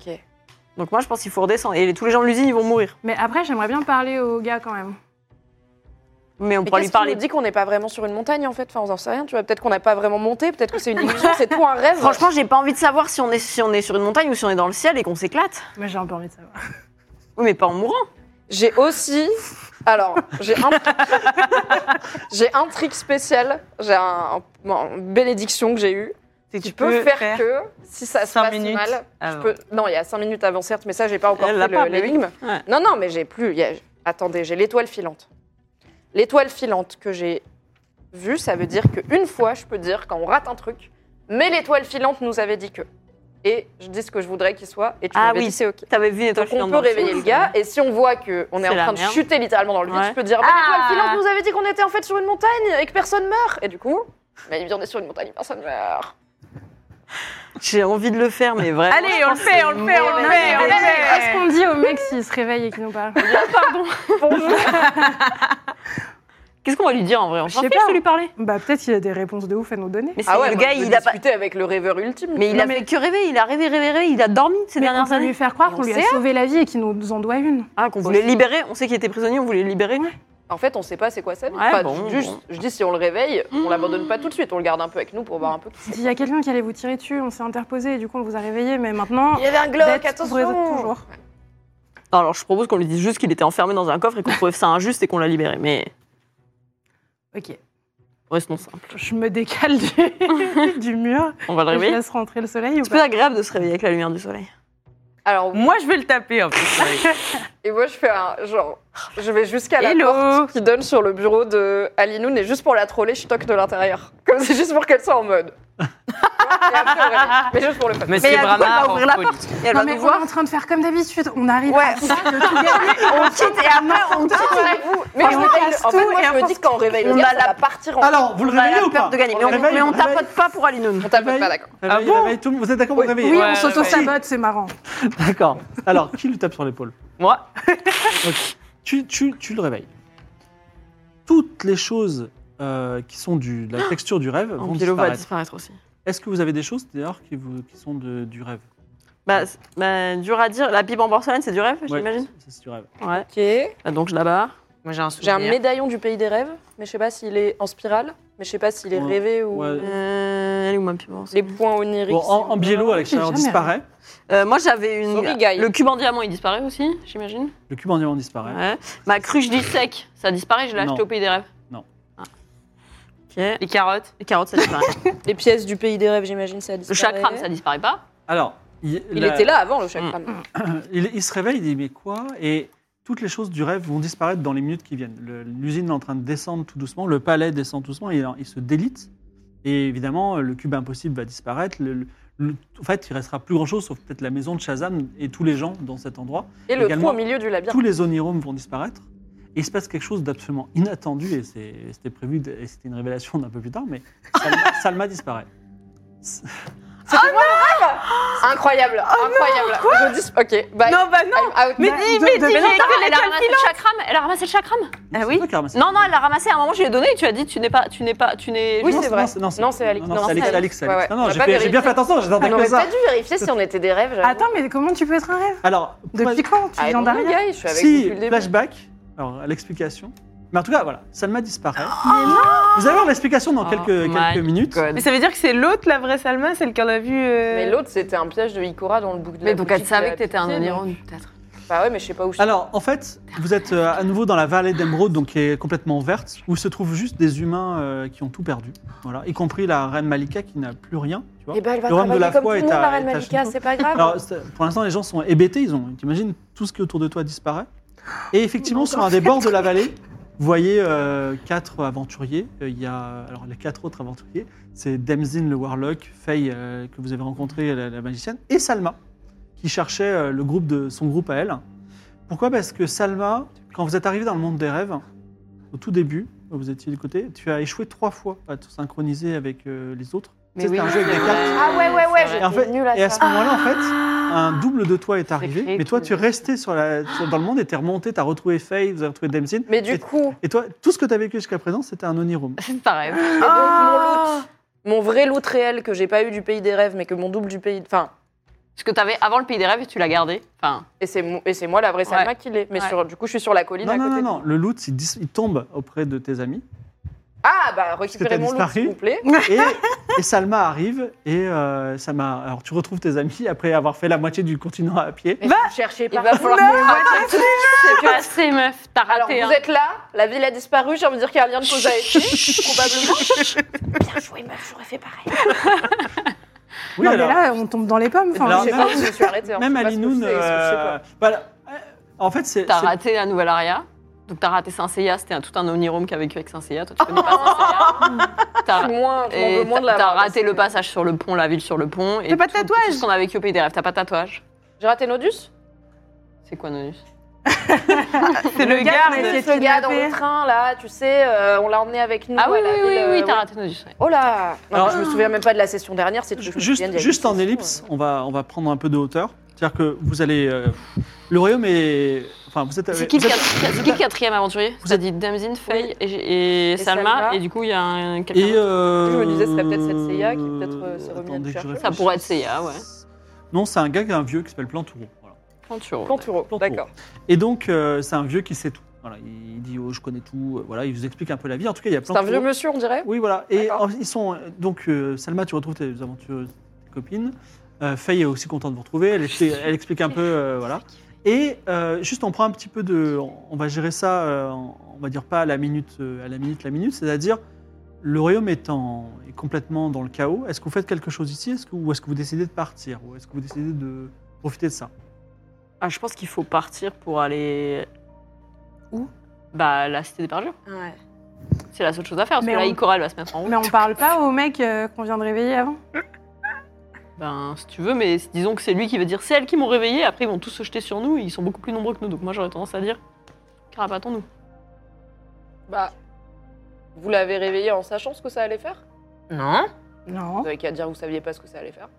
[SPEAKER 4] Donc moi je pense qu'il faut redescendre et tous les gens de l'usine ils vont mourir.
[SPEAKER 3] Mais après, j'aimerais bien parler aux gars quand même.
[SPEAKER 4] Mais on
[SPEAKER 5] Mais
[SPEAKER 4] pourra lui
[SPEAKER 5] qu'est-ce qui
[SPEAKER 4] parler.
[SPEAKER 5] nous dit qu'on n'est pas vraiment sur une montagne en fait Enfin, on n'en sait rien, tu vois. Peut-être qu'on n'a pas vraiment monté, peut-être que c'est une illusion, c'est tout un rêve.
[SPEAKER 4] Franchement, j'ai pas envie de savoir si on, est, si on est sur une montagne ou si on est dans le ciel et qu'on s'éclate.
[SPEAKER 3] Moi, j'ai un peu envie de savoir.
[SPEAKER 4] Oui, mais pas en mourant.
[SPEAKER 5] j'ai aussi. Alors, j'ai un... j'ai un trick spécial, j'ai un... bon, une bénédiction que j'ai eue.
[SPEAKER 6] C'est que
[SPEAKER 5] Tu peux faire, que, si ça se
[SPEAKER 6] cinq
[SPEAKER 5] passe
[SPEAKER 6] minutes
[SPEAKER 5] mal,
[SPEAKER 4] Ah,
[SPEAKER 5] tu
[SPEAKER 6] avant.
[SPEAKER 5] peux... non, il y a 5 minutes avant, certes, mais ça, j'ai pas encore
[SPEAKER 4] Elle l'a
[SPEAKER 5] fait
[SPEAKER 4] pas,
[SPEAKER 5] le-
[SPEAKER 4] mais
[SPEAKER 5] l'énigme.
[SPEAKER 4] Ouais.
[SPEAKER 5] Non, non, mais j'ai plus. il y a- Attendez, j'ai l'étoile filante. L'étoile filante que j'ai vue, ça veut dire qu'une fois, je peux dire, quand on rate un truc, mais l'étoile filante nous avait dit que. Et je dis ce que je voudrais qu'il soit, et tu
[SPEAKER 4] Ah
[SPEAKER 5] m'avais
[SPEAKER 4] oui.
[SPEAKER 5] dit c'est OK.
[SPEAKER 4] T'avais vu une étoile
[SPEAKER 5] Donc on
[SPEAKER 4] filante
[SPEAKER 5] peut
[SPEAKER 4] dans le
[SPEAKER 5] réveiller
[SPEAKER 4] ciel.
[SPEAKER 5] le gars, et si on voit qu'on est,
[SPEAKER 4] C'est
[SPEAKER 5] en
[SPEAKER 4] la
[SPEAKER 5] train de
[SPEAKER 4] merde.
[SPEAKER 5] chuter littéralement dans le vide,
[SPEAKER 4] Ouais.
[SPEAKER 5] tu peux dire, bah, l'étoile
[SPEAKER 6] Ah.
[SPEAKER 5] filante nous avait dit qu'on était en fait sur une montagne, et que personne meurt. Et du coup, bah, il dit, on est sur une montagne, personne meurt.
[SPEAKER 4] J'ai envie de le faire, mais vraiment.
[SPEAKER 6] Allez,
[SPEAKER 4] je
[SPEAKER 6] on le
[SPEAKER 4] pense
[SPEAKER 6] fait,
[SPEAKER 4] que c'est
[SPEAKER 6] on le fait, on le
[SPEAKER 4] une
[SPEAKER 3] Non,
[SPEAKER 6] fait,
[SPEAKER 3] mais
[SPEAKER 4] mauvaise
[SPEAKER 6] on le
[SPEAKER 4] idée.
[SPEAKER 6] fait.
[SPEAKER 3] Qu'est-ce qu'on dit au mec s'il se réveille et qu'il nous parle
[SPEAKER 5] Bonjour.
[SPEAKER 4] Qu'est-ce qu'on va lui dire en vrai On
[SPEAKER 3] Je
[SPEAKER 4] s'en
[SPEAKER 3] sais
[SPEAKER 4] fiche
[SPEAKER 3] pas.
[SPEAKER 4] de lui parler.
[SPEAKER 3] Bah, peut-être qu'il a des réponses de ouf à nous donner.
[SPEAKER 4] Mais c'est-
[SPEAKER 5] ah ouais,
[SPEAKER 4] le
[SPEAKER 5] moi,
[SPEAKER 4] gars,
[SPEAKER 5] je veux
[SPEAKER 4] il a pas.
[SPEAKER 5] discuter avec le rêveur ultime.
[SPEAKER 4] Mais il
[SPEAKER 5] Non,
[SPEAKER 4] a fait que rêver, il a rêvé, rêvé, rêvé, il a dormi ces
[SPEAKER 3] Mais on
[SPEAKER 4] dernières
[SPEAKER 3] va
[SPEAKER 4] années.
[SPEAKER 3] lui faire croire
[SPEAKER 4] Et
[SPEAKER 3] qu'on
[SPEAKER 4] on
[SPEAKER 3] lui
[SPEAKER 4] sait,
[SPEAKER 3] a sauvé la vie et qu'il nous en doit une.
[SPEAKER 4] Ah, qu'on voulait le libérer, on sait qu'il était prisonnier, on voulait le libérer.
[SPEAKER 5] En fait, on sait pas c'est quoi sa vie.
[SPEAKER 4] Ouais,
[SPEAKER 5] Enfin,
[SPEAKER 4] bon,
[SPEAKER 5] juste,
[SPEAKER 4] bon.
[SPEAKER 5] je dis si on le réveille, on l'abandonne pas tout de suite, on le garde un peu avec nous pour voir un peu. qui c'est.
[SPEAKER 3] Il y a quelqu'un qui allait vous tirer dessus, on s'est interposé et du coup on vous a réveillé, mais maintenant.
[SPEAKER 5] Il y avait un
[SPEAKER 3] d'être
[SPEAKER 5] Glock,
[SPEAKER 3] pour les autres
[SPEAKER 5] attention.
[SPEAKER 3] toujours.
[SPEAKER 4] Non, alors je propose qu'on lui dise juste qu'il était enfermé dans un coffre et qu'on trouvait ça injuste et qu'on l'a libéré. Mais
[SPEAKER 3] Ok,
[SPEAKER 4] restons simples.
[SPEAKER 3] je me décale du, du mur.
[SPEAKER 4] On va le
[SPEAKER 3] et Je
[SPEAKER 4] réveiller.
[SPEAKER 3] laisse rentrer le soleil ou
[SPEAKER 4] C'est plus
[SPEAKER 3] pas
[SPEAKER 4] agréable de se réveiller avec la lumière du soleil.
[SPEAKER 5] Alors
[SPEAKER 6] Moi, je vais le taper en plus.
[SPEAKER 5] et moi je fais un genre, je vais jusqu'à la
[SPEAKER 6] Hello.
[SPEAKER 5] porte qui donne sur le bureau de Alinoun et juste pour la troller, je toque de l'intérieur. Comme c'est juste pour qu'elle soit en mode. Et après, on réveille. mais juste pour le fun.
[SPEAKER 4] Mais
[SPEAKER 6] Monsieur
[SPEAKER 4] elle va
[SPEAKER 6] Bramard,
[SPEAKER 4] ouvrir la porte et elle
[SPEAKER 3] Non,
[SPEAKER 4] va
[SPEAKER 3] mais
[SPEAKER 4] nous
[SPEAKER 3] on est
[SPEAKER 4] voir.
[SPEAKER 3] en train de faire comme d'habitude, on arrive
[SPEAKER 5] Ouais.
[SPEAKER 3] à
[SPEAKER 4] On quitte et après on quitte.
[SPEAKER 5] J'avoue, Ah, mais
[SPEAKER 3] Et
[SPEAKER 5] je
[SPEAKER 3] on
[SPEAKER 5] réveille le-
[SPEAKER 3] casse
[SPEAKER 5] en fait,
[SPEAKER 3] tout
[SPEAKER 5] moi
[SPEAKER 3] et
[SPEAKER 5] je me
[SPEAKER 3] on
[SPEAKER 5] dis que quand on réveille le
[SPEAKER 4] On
[SPEAKER 5] gars,
[SPEAKER 4] a
[SPEAKER 5] ça
[SPEAKER 4] la-
[SPEAKER 5] va partir en.
[SPEAKER 2] Alors, vous le
[SPEAKER 4] On a
[SPEAKER 2] réveillez
[SPEAKER 4] la
[SPEAKER 2] ou
[SPEAKER 4] peur
[SPEAKER 2] pas
[SPEAKER 4] de gagner. Mais
[SPEAKER 2] le
[SPEAKER 4] on,
[SPEAKER 2] réveille,
[SPEAKER 4] mais on
[SPEAKER 2] le réveille.
[SPEAKER 4] tapote pas pour Alinoun.
[SPEAKER 5] On tapote pas d'accord.
[SPEAKER 2] Le réveille,
[SPEAKER 6] Ah bon
[SPEAKER 2] le réveille, tout le monde- Vous êtes d'accord pour le réveiller
[SPEAKER 3] Oui,
[SPEAKER 6] Ouais,
[SPEAKER 3] on s'auto-sabote, c'est marrant.
[SPEAKER 2] D'accord. Alors, qui lui tape sur l'épaule
[SPEAKER 6] Moi,
[SPEAKER 2] Ok. tu, tu- tu le réveilles. Toutes les choses euh, qui sont du, de la texture du rêve vont
[SPEAKER 4] Angelo va
[SPEAKER 2] disparaître.
[SPEAKER 4] disparaître aussi.
[SPEAKER 2] Est-ce que vous avez des choses d'ailleurs qui, vous- qui sont de- du rêve
[SPEAKER 4] Bah, c'est- bah, dur à dire. La pipe en porcelaine, c'est du rêve,
[SPEAKER 2] Ouais,
[SPEAKER 4] j'imagine
[SPEAKER 2] c'est- c'est du rêve.
[SPEAKER 4] Ouais.
[SPEAKER 5] Ok. J'ai
[SPEAKER 4] Bah, donc je la barre.
[SPEAKER 6] moi j'ai un
[SPEAKER 5] un
[SPEAKER 6] souvenir.
[SPEAKER 5] médaillon du pays des rêves, mais je sais pas s'il est en spirale, mais je sais pas s'il est
[SPEAKER 2] Ouais.
[SPEAKER 5] rêvé ou
[SPEAKER 2] Ouais.
[SPEAKER 4] Euh, elle est où ma pipe en porcelaine
[SPEAKER 5] les points oniriques.
[SPEAKER 2] Bon, en, en biello, à l'extérieur
[SPEAKER 3] Jamais
[SPEAKER 2] disparaît.
[SPEAKER 4] Euh, Moi j'avais une.
[SPEAKER 5] Sorry, guy.
[SPEAKER 4] Le cube en diamant, il disparaît aussi, j'imagine
[SPEAKER 2] Le cube en diamant disparaît.
[SPEAKER 4] Ouais. Ma cruche du sec, ça disparaît, je l'ai
[SPEAKER 2] Non.
[SPEAKER 4] acheté au Pays des Rêves.
[SPEAKER 2] Non.
[SPEAKER 4] Ah. Ok. Et
[SPEAKER 6] Les carottes.
[SPEAKER 4] carottes, ça disparaît.
[SPEAKER 5] Les pièces du pays des rêves, j'imagine, ça
[SPEAKER 4] le
[SPEAKER 5] disparaît.
[SPEAKER 4] chakram, ça disparaît pas.
[SPEAKER 2] Alors, il,
[SPEAKER 5] Il
[SPEAKER 2] la-
[SPEAKER 5] était là avant le chakram.
[SPEAKER 2] Euh, Il, il se réveille, il dit mais quoi Et toutes les choses du rêve vont disparaître dans les minutes qui viennent. Le- L'usine est en train de descendre tout doucement, le palais descend tout doucement, il, il se délite. Et évidemment, le cube impossible va disparaître. Le- le- le- en fait, il restera plus grand-chose, sauf peut-être la maison de Shazam et tous les gens dans cet endroit.
[SPEAKER 5] Et le trou
[SPEAKER 2] Également,
[SPEAKER 5] au milieu du labyrinthe.
[SPEAKER 2] Tous les oniromes vont disparaître. Et il se passe quelque chose d'absolument inattendu, et c'est- c'était prévu, de- et c'était une révélation d'un peu plus tard, mais Salma, Salma disparaît.
[SPEAKER 5] Ah Incroyable, incroyable. Je dis, ok, bye.
[SPEAKER 6] Non, bah non.
[SPEAKER 5] I'm out.
[SPEAKER 6] Mais dis, mais dis, mais
[SPEAKER 4] Attends,
[SPEAKER 6] que
[SPEAKER 4] elle a
[SPEAKER 6] l'étoile
[SPEAKER 4] ramassé
[SPEAKER 6] filante.
[SPEAKER 4] le chakram Elle a ramassé le chakram
[SPEAKER 6] Ah oui
[SPEAKER 2] Toi qui as ramassé-
[SPEAKER 4] Non, non, elle l'a ramassé. À un moment, je lui ai donné et tu as dit tu n'es pas. Tu n'es pas. Tu n'es.
[SPEAKER 5] Oui,
[SPEAKER 2] Non,
[SPEAKER 5] c'est vrai.
[SPEAKER 2] Non,
[SPEAKER 5] Non, c'est Alix.
[SPEAKER 2] Non,
[SPEAKER 5] Non,
[SPEAKER 2] c'est Alix.
[SPEAKER 5] c'est Alix.
[SPEAKER 2] Alix, Alix.
[SPEAKER 5] Ouais, ouais.
[SPEAKER 2] Non,
[SPEAKER 5] On
[SPEAKER 2] non,
[SPEAKER 5] a
[SPEAKER 2] j'ai
[SPEAKER 5] pas
[SPEAKER 2] fait- j'ai
[SPEAKER 5] vérifié.
[SPEAKER 2] bien fait attention, j'attendais
[SPEAKER 5] On
[SPEAKER 2] que
[SPEAKER 5] aurait
[SPEAKER 2] ça.
[SPEAKER 5] pas dû vérifier si on était des rêves.
[SPEAKER 2] Ah,
[SPEAKER 5] j'avoue.
[SPEAKER 3] Attends, mais comment tu peux être un rêve
[SPEAKER 2] Alors,
[SPEAKER 3] Depuis quand Tu
[SPEAKER 5] Ah,
[SPEAKER 3] viens
[SPEAKER 5] non,
[SPEAKER 3] d'arriver
[SPEAKER 5] gars, je suis avec vous
[SPEAKER 2] si,
[SPEAKER 5] depuis le début.
[SPEAKER 2] flashback, alors l'explication. Mais en tout cas, voilà, Salma disparaît. Vous allez avoir l'explication dans
[SPEAKER 4] Oh
[SPEAKER 2] quelques,
[SPEAKER 4] my
[SPEAKER 2] quelques minutes.
[SPEAKER 4] God.
[SPEAKER 6] Mais ça veut dire que c'est l'autre, la vraie Salma, celle qu'on a vue. euh,
[SPEAKER 5] Mais l'autre, c'était un piège de Ikora dans le bouc de la
[SPEAKER 4] Mais donc elle
[SPEAKER 5] boutique
[SPEAKER 4] savait
[SPEAKER 5] de
[SPEAKER 4] que t'étais un
[SPEAKER 5] la piscine.
[SPEAKER 4] onirone, peut-être.
[SPEAKER 5] Bah ouais, mais je sais pas où je suis.
[SPEAKER 2] Alors, en fait, vous êtes euh, à nouveau dans la vallée d'Emeraude, donc qui est complètement verte, où se trouvent juste des humains euh, qui ont tout perdu. Voilà, y compris la reine Malika qui n'a plus rien. Tu vois.
[SPEAKER 5] Et bah elle va
[SPEAKER 2] Le royaume de
[SPEAKER 5] travailler
[SPEAKER 2] la
[SPEAKER 5] comme tout
[SPEAKER 2] foi
[SPEAKER 5] le
[SPEAKER 2] est
[SPEAKER 5] monde,
[SPEAKER 2] à-
[SPEAKER 5] la reine
[SPEAKER 2] est à
[SPEAKER 5] Malika,
[SPEAKER 2] genoux.
[SPEAKER 5] c'est pas grave.
[SPEAKER 2] Alors, c'est- pour l'instant, les gens sont hébétés. Ils ont, t'imagines, tout ce qui est autour de toi disparaît. Et effectivement, sur un des bords de la vallée, vous voyez euh, quatre aventuriers. Euh, Il y a alors les quatre autres aventuriers, c'est Demzin le warlock, Faye euh, que vous avez rencontré la, la magicienne et Salma qui cherchait euh, le groupe de son groupe à elle. Pourquoi Parce que Salma, quand vous êtes arrivé dans le monde des rêves, au tout début, vous étiez du côté, tu as échoué trois fois à te synchroniser avec euh, les autres. Tu sais, C'était un jeu avec des cartes.
[SPEAKER 5] Ah ouais, ouais, ouais,
[SPEAKER 2] Et, en fait-
[SPEAKER 5] j'étais nulle
[SPEAKER 2] et
[SPEAKER 5] à
[SPEAKER 2] à ce
[SPEAKER 5] ça.
[SPEAKER 2] moment-là, en fait,
[SPEAKER 5] Ah.
[SPEAKER 2] un double de toi est arrivé,
[SPEAKER 4] Sacré
[SPEAKER 2] mais toi,
[SPEAKER 4] coup.
[SPEAKER 2] tu es resté sur la, sur- dans le monde et t'es remonté, t'as retrouvé Faye, vous avez retrouvé Demzin.
[SPEAKER 5] Mais
[SPEAKER 2] et,
[SPEAKER 5] du coup,
[SPEAKER 2] et toi, tout ce que t'as vécu jusqu'à présent, c'était un onirome.
[SPEAKER 4] C'est pareil.
[SPEAKER 5] et donc, mon
[SPEAKER 6] Ah.
[SPEAKER 5] loot, mon vrai loot réel que j'ai pas eu du pays des rêves, mais que mon double du pays. Enfin,
[SPEAKER 4] Ce que tu avais avant le pays des rêves, tu l'as gardé. Enfin,
[SPEAKER 5] Et c'est mo- et c'est moi la vraie Salma
[SPEAKER 4] Ouais.
[SPEAKER 5] qui l'ai. Mais
[SPEAKER 4] Ouais.
[SPEAKER 5] sur, du coup, je suis sur la colline
[SPEAKER 2] Non,
[SPEAKER 5] à
[SPEAKER 2] non,
[SPEAKER 5] côté.
[SPEAKER 2] non, non. Le loot, il, dis- il tombe auprès de tes amis.
[SPEAKER 5] Ah, bah,
[SPEAKER 2] t'as
[SPEAKER 5] récupérez mon loup,
[SPEAKER 2] disparu.
[SPEAKER 5] s'il vous plaît.
[SPEAKER 2] Et, et Salma arrive. Et euh, Salma, alors tu retrouves tes amis après avoir fait la moitié du continent à pied.
[SPEAKER 5] Mais vous cherchez
[SPEAKER 4] il
[SPEAKER 5] pas.
[SPEAKER 4] va falloir que tu c'est passé, meuf. T'as
[SPEAKER 5] Alors,
[SPEAKER 4] raté.
[SPEAKER 5] vous
[SPEAKER 4] hein.
[SPEAKER 5] êtes là, la ville a disparu, j'ai envie de dire qu'il y a un lien de cause à effet, probablement. Bien joué, meuf, j'aurais fait pareil.
[SPEAKER 2] Oui,
[SPEAKER 3] non,
[SPEAKER 2] alors.
[SPEAKER 3] mais là, on tombe dans les pommes. enfin,
[SPEAKER 2] Alors,
[SPEAKER 5] J'ai
[SPEAKER 2] même-
[SPEAKER 5] pas envie, je me suis arrêtée. hein.
[SPEAKER 2] même
[SPEAKER 5] Je sais pas ce que
[SPEAKER 2] Alinoun.
[SPEAKER 5] je fais et ce que je sais pas.
[SPEAKER 2] euh, voilà. Euh, En fait, c'est.
[SPEAKER 4] T'as
[SPEAKER 2] c'est-
[SPEAKER 4] raté la nouvelle aria. Donc t'as raté Saint-Seiya. C'était un- tout un onirome qui a vécu avec Saint-Seiya. Toi, tu connais pas Saint-Seiya. T'as-
[SPEAKER 5] Moins, je m'en
[SPEAKER 4] Ah. Et
[SPEAKER 5] veux moins de la
[SPEAKER 4] t'as t'as raté le
[SPEAKER 5] parce
[SPEAKER 4] passage sur le pont, la ville sur le pont. et
[SPEAKER 6] T'as pas de
[SPEAKER 4] tout-
[SPEAKER 6] tatouage.
[SPEAKER 4] Tout ce qu'on a vécu au pays des rêves. T'as pas de tatouage.
[SPEAKER 5] que- J'ai raté Nodus
[SPEAKER 4] C'est quoi, Nonus
[SPEAKER 6] C'est le
[SPEAKER 5] gars,
[SPEAKER 6] gars,
[SPEAKER 5] on a
[SPEAKER 6] mais
[SPEAKER 5] essayé de
[SPEAKER 6] c'est
[SPEAKER 5] le gars dans le train, là, tu sais, euh, on l'a emmené avec nous.
[SPEAKER 4] Ah oui,
[SPEAKER 5] à la
[SPEAKER 4] oui, oui,
[SPEAKER 5] ville, euh,
[SPEAKER 4] oui, t'as
[SPEAKER 5] ouais.
[SPEAKER 4] raté Nonus. ouais.
[SPEAKER 5] Oh là Non,
[SPEAKER 2] Alors-
[SPEAKER 5] mais Je me souviens même pas de la session dernière, c'est
[SPEAKER 2] Ju- Juste, juste en ellipse, on va, on va prendre un peu de hauteur. C'est-à-dire que vous allez. euh, le royaume est. Enfin, vous êtes. euh,
[SPEAKER 4] C'est qui, le
[SPEAKER 2] vous êtes-
[SPEAKER 4] quatri- c'est qui le quatrième aventurier Vous avez dit Damzin, Faye et, et
[SPEAKER 5] Et
[SPEAKER 4] Salma,
[SPEAKER 5] Salma.
[SPEAKER 4] et du coup il y a un- quelqu'un.
[SPEAKER 2] Et
[SPEAKER 4] d'autre.
[SPEAKER 2] euh,
[SPEAKER 5] Je me disais, ce serait peut-être cette Seiya qui peut-être, euh, se remet à
[SPEAKER 2] attendez
[SPEAKER 5] nous
[SPEAKER 2] que je
[SPEAKER 5] chercher.
[SPEAKER 2] réfléchisse.
[SPEAKER 4] Ça pourrait être Seiya, ouais.
[SPEAKER 2] Non, c'est un gars qui a un vieux qui s'appelle Plantouro. voilà.
[SPEAKER 4] Planturo.
[SPEAKER 5] Planturo,
[SPEAKER 2] Planturo.
[SPEAKER 5] d'accord.
[SPEAKER 2] Et donc, euh, c'est un vieux qui sait tout. Voilà, il dit oh, je connais tout. euh, Voilà, il vous explique un peu la vie. En tout cas, il y a
[SPEAKER 5] C'est un
[SPEAKER 2] Planturo.
[SPEAKER 5] vieux monsieur, on dirait
[SPEAKER 2] Oui, voilà. Et
[SPEAKER 5] D'accord.
[SPEAKER 2] en- ils sont euh, donc euh, Salma, tu retrouves tes aventureuses tes copines. Euh, Faye est aussi contente de vous retrouver. Elle, explique- elle explique un peu, euh, voilà. Et euh, juste, on prend un petit peu de, on, on va gérer ça, euh, en- on va dire pas à la minute, euh, à la minute, la minute, c'est-à-dire le royaume est, en- est complètement dans le chaos. Est-ce que vous faites quelque chose ici, est-ce que, ou est-ce que vous décidez de partir, ou est-ce que vous décidez de profiter de ça
[SPEAKER 4] Ah, je pense qu'il faut partir pour aller.
[SPEAKER 6] Où
[SPEAKER 4] Bah, la cité des parjures.
[SPEAKER 6] Ouais.
[SPEAKER 4] C'est la seule chose à faire, parce
[SPEAKER 3] Mais
[SPEAKER 4] que là,
[SPEAKER 3] on-
[SPEAKER 4] Ikora, elle va se mettre en route.
[SPEAKER 3] Mais on parle pas au mec euh, qu'on vient de réveiller avant.
[SPEAKER 4] Ben, si tu veux, mais disons que c'est lui qui va dire c'est elles qui m'ont réveillé, après ils vont tous se jeter sur nous, ils sont beaucoup plus nombreux que nous, donc moi j'aurais tendance à dire carapatons-nous.
[SPEAKER 5] Bah, vous l'avez réveillé en sachant ce que ça allait faire
[SPEAKER 6] Non.
[SPEAKER 3] Non.
[SPEAKER 5] Vous avez qu'à dire vous saviez pas ce que ça allait faire.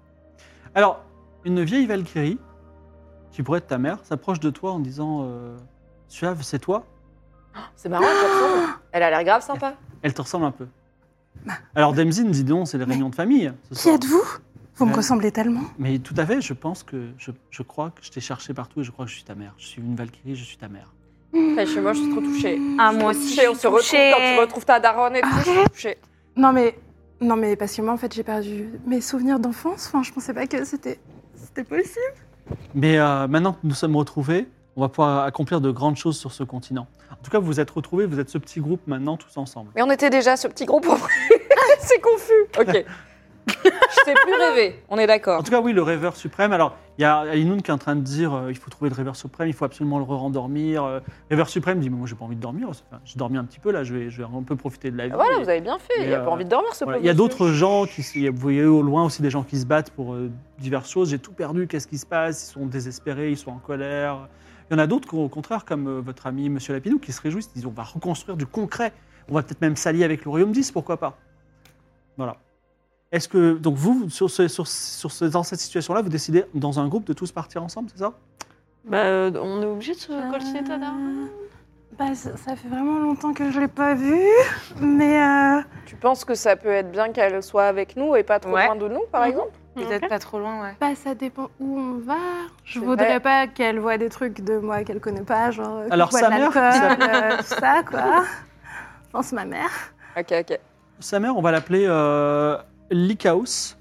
[SPEAKER 2] Alors, une vieille Valkyrie, qui pourrait être ta mère, s'approche de toi en disant euh, Suave, c'est toi
[SPEAKER 5] C'est marrant, elle te ressemble. Elle a l'air grave sympa.
[SPEAKER 2] Elle te ressemble un peu. Alors Demzin, dis donc, c'est les réunions de famille. hein, ce
[SPEAKER 3] Bah, Qui
[SPEAKER 2] soir.
[SPEAKER 3] êtes-vous Vous me
[SPEAKER 2] Euh,
[SPEAKER 3] ressemblez tellement.
[SPEAKER 2] Mais tout à fait, je pense que je, je crois que je t'ai cherché partout et je crois que je suis ta mère. Je suis une Valkyrie, je suis ta mère.
[SPEAKER 5] Après, chez moi, je suis trop touchée.
[SPEAKER 6] Ah, moi
[SPEAKER 5] Je
[SPEAKER 6] aussi.
[SPEAKER 5] suis
[SPEAKER 6] je
[SPEAKER 5] touchée, on
[SPEAKER 6] suis
[SPEAKER 5] se retrouve
[SPEAKER 6] touchée.
[SPEAKER 5] quand tu retrouves ta daronne et tout. Je suis touchée.
[SPEAKER 3] Non mais non mais parce que moi en fait j'ai perdu mes souvenirs d'enfance. Enfin je pensais pas que c'était c'était possible.
[SPEAKER 2] Mais euh, maintenant que nous sommes retrouvés, on va pouvoir accomplir de grandes choses sur ce continent. En tout cas, vous vous êtes retrouvés, vous êtes ce petit groupe maintenant tous ensemble.
[SPEAKER 5] Mais on était déjà ce petit groupe en vrai. C'est confus. Ok. je sais plus rêver, on est
[SPEAKER 2] En
[SPEAKER 5] d'accord.
[SPEAKER 2] tout cas, oui, le rêveur suprême. Alors, il y a Alinoun qui est en train de dire euh, il faut trouver le rêveur suprême, il faut absolument le rendormir. Euh, rêveur suprême dit mais moi, j'ai pas envie de dormir. Enfin, j'ai dormi un petit peu là, je vais, je vais un peu profiter de la vie.
[SPEAKER 5] Voilà,
[SPEAKER 2] Et-
[SPEAKER 5] vous avez bien fait. Il
[SPEAKER 2] Mais,
[SPEAKER 5] a
[SPEAKER 2] euh,
[SPEAKER 5] pas envie de dormir ce
[SPEAKER 2] Voilà,
[SPEAKER 5] pauvre
[SPEAKER 2] Il y a
[SPEAKER 5] monsieur.
[SPEAKER 2] d'autres gens qui, se- vous voyez au loin aussi des gens qui se battent pour euh, diverses choses. J'ai tout perdu, qu'est-ce qui se passe Ils sont désespérés, ils sont en colère. Il y en a d'autres, qui, au contraire, comme euh, votre ami Monsieur Lapinou, qui se réjouissent, ils disent on va reconstruire du concret, on va peut-être même s'allier avec le Royaume 10, pourquoi pas Voilà. Est-ce que, donc vous, sur ce- sur, sur ce- dans cette situation-là, vous décidez dans un groupe de tous partir ensemble, c'est ça
[SPEAKER 4] Bah, euh, on est obligé de se colcher, ta
[SPEAKER 3] Euh, Bah ça, ça fait vraiment longtemps que je l'ai pas vu. Mais euh,
[SPEAKER 5] Tu penses que ça peut être bien qu'elle soit avec nous et pas trop
[SPEAKER 6] Ouais.
[SPEAKER 5] loin de nous, par
[SPEAKER 4] Mhm.
[SPEAKER 5] exemple
[SPEAKER 6] Peut-être pas trop loin, ouais.
[SPEAKER 3] bah ça dépend où on va. Je
[SPEAKER 5] C'est
[SPEAKER 3] voudrais
[SPEAKER 5] vrai.
[SPEAKER 3] pas qu'elle voit des trucs de moi qu'elle connaît pas, genre euh,
[SPEAKER 2] Alors,
[SPEAKER 3] boit
[SPEAKER 2] sa
[SPEAKER 3] de
[SPEAKER 2] mère,
[SPEAKER 3] l'alcool, euh, tout ça quoi. Je pense ma mère.
[SPEAKER 5] Ok, ok.
[SPEAKER 2] Sa mère, on va l'appeler euh, Lycaos.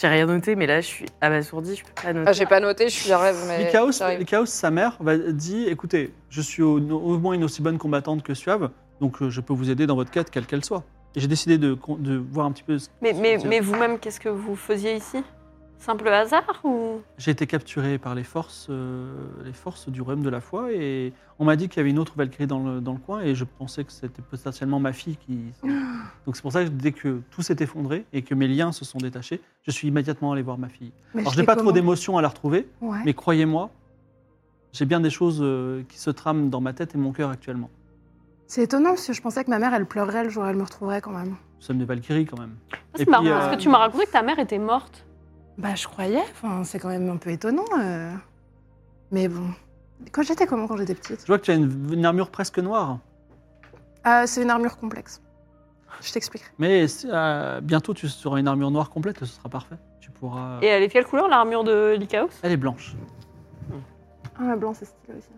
[SPEAKER 6] J'ai rien noté, mais là, je suis abasourdie, je peux pas noter.
[SPEAKER 5] Ah, J'ai pas noté, je suis en rêve, mais.
[SPEAKER 2] Lycaos,
[SPEAKER 5] j'arrive.
[SPEAKER 2] Lycaos, sa mère, va, dit écoutez, je suis au, au moins une aussi bonne combattante que Suave, donc euh, je peux vous aider dans votre quête, quelle qu'elle soit. Et j'ai décidé de, con- de voir un petit peu. ce-
[SPEAKER 4] Mais,
[SPEAKER 2] ce
[SPEAKER 4] mais,
[SPEAKER 2] que c'est.
[SPEAKER 4] mais vous-même, qu'est-ce que vous faisiez ici Simple hasard ou.
[SPEAKER 2] J'ai été capturé par les forces, euh, les forces du royaume de la foi, et on m'a dit qu'il y avait une autre Valkyrie dans le, dans le coin, et je pensais que c'était potentiellement ma fille qui. Donc c'est pour ça que dès que tout s'est effondré et que mes liens se sont détachés, je suis immédiatement allé voir ma fille.
[SPEAKER 3] Mais
[SPEAKER 2] Alors je
[SPEAKER 3] sais
[SPEAKER 2] n'ai pas trop
[SPEAKER 3] comment.
[SPEAKER 2] d'émotions à la retrouver,
[SPEAKER 3] Ouais.
[SPEAKER 2] mais croyez-moi, j'ai bien des choses euh, qui se trament dans ma tête et mon cœur actuellement.
[SPEAKER 3] C'est étonnant parce que je pensais que ma mère elle pleurerait le jour où elle me retrouverait quand même.
[SPEAKER 2] Nous sommes des Valkyries quand même.
[SPEAKER 4] Ah, C'est
[SPEAKER 2] puis,
[SPEAKER 4] marrant,
[SPEAKER 2] euh,
[SPEAKER 4] parce que tu m'as raconté que ta mère était morte.
[SPEAKER 3] Bah, je croyais. Enfin, c'est quand même un peu étonnant. euh. Mais bon. Quand j'étais comment quand j'étais petite
[SPEAKER 2] Je vois que tu as une, une armure presque noire.
[SPEAKER 3] Euh, C'est une armure complexe. Je t'expliquerai.
[SPEAKER 2] Mais euh, bientôt, tu auras une armure noire complète, ce sera parfait. Tu pourras. euh,
[SPEAKER 4] Et elle est de quelle couleur l'armure de Lycaos
[SPEAKER 2] Elle est blanche.
[SPEAKER 3] Ah, blanc, c'est stylé aussi.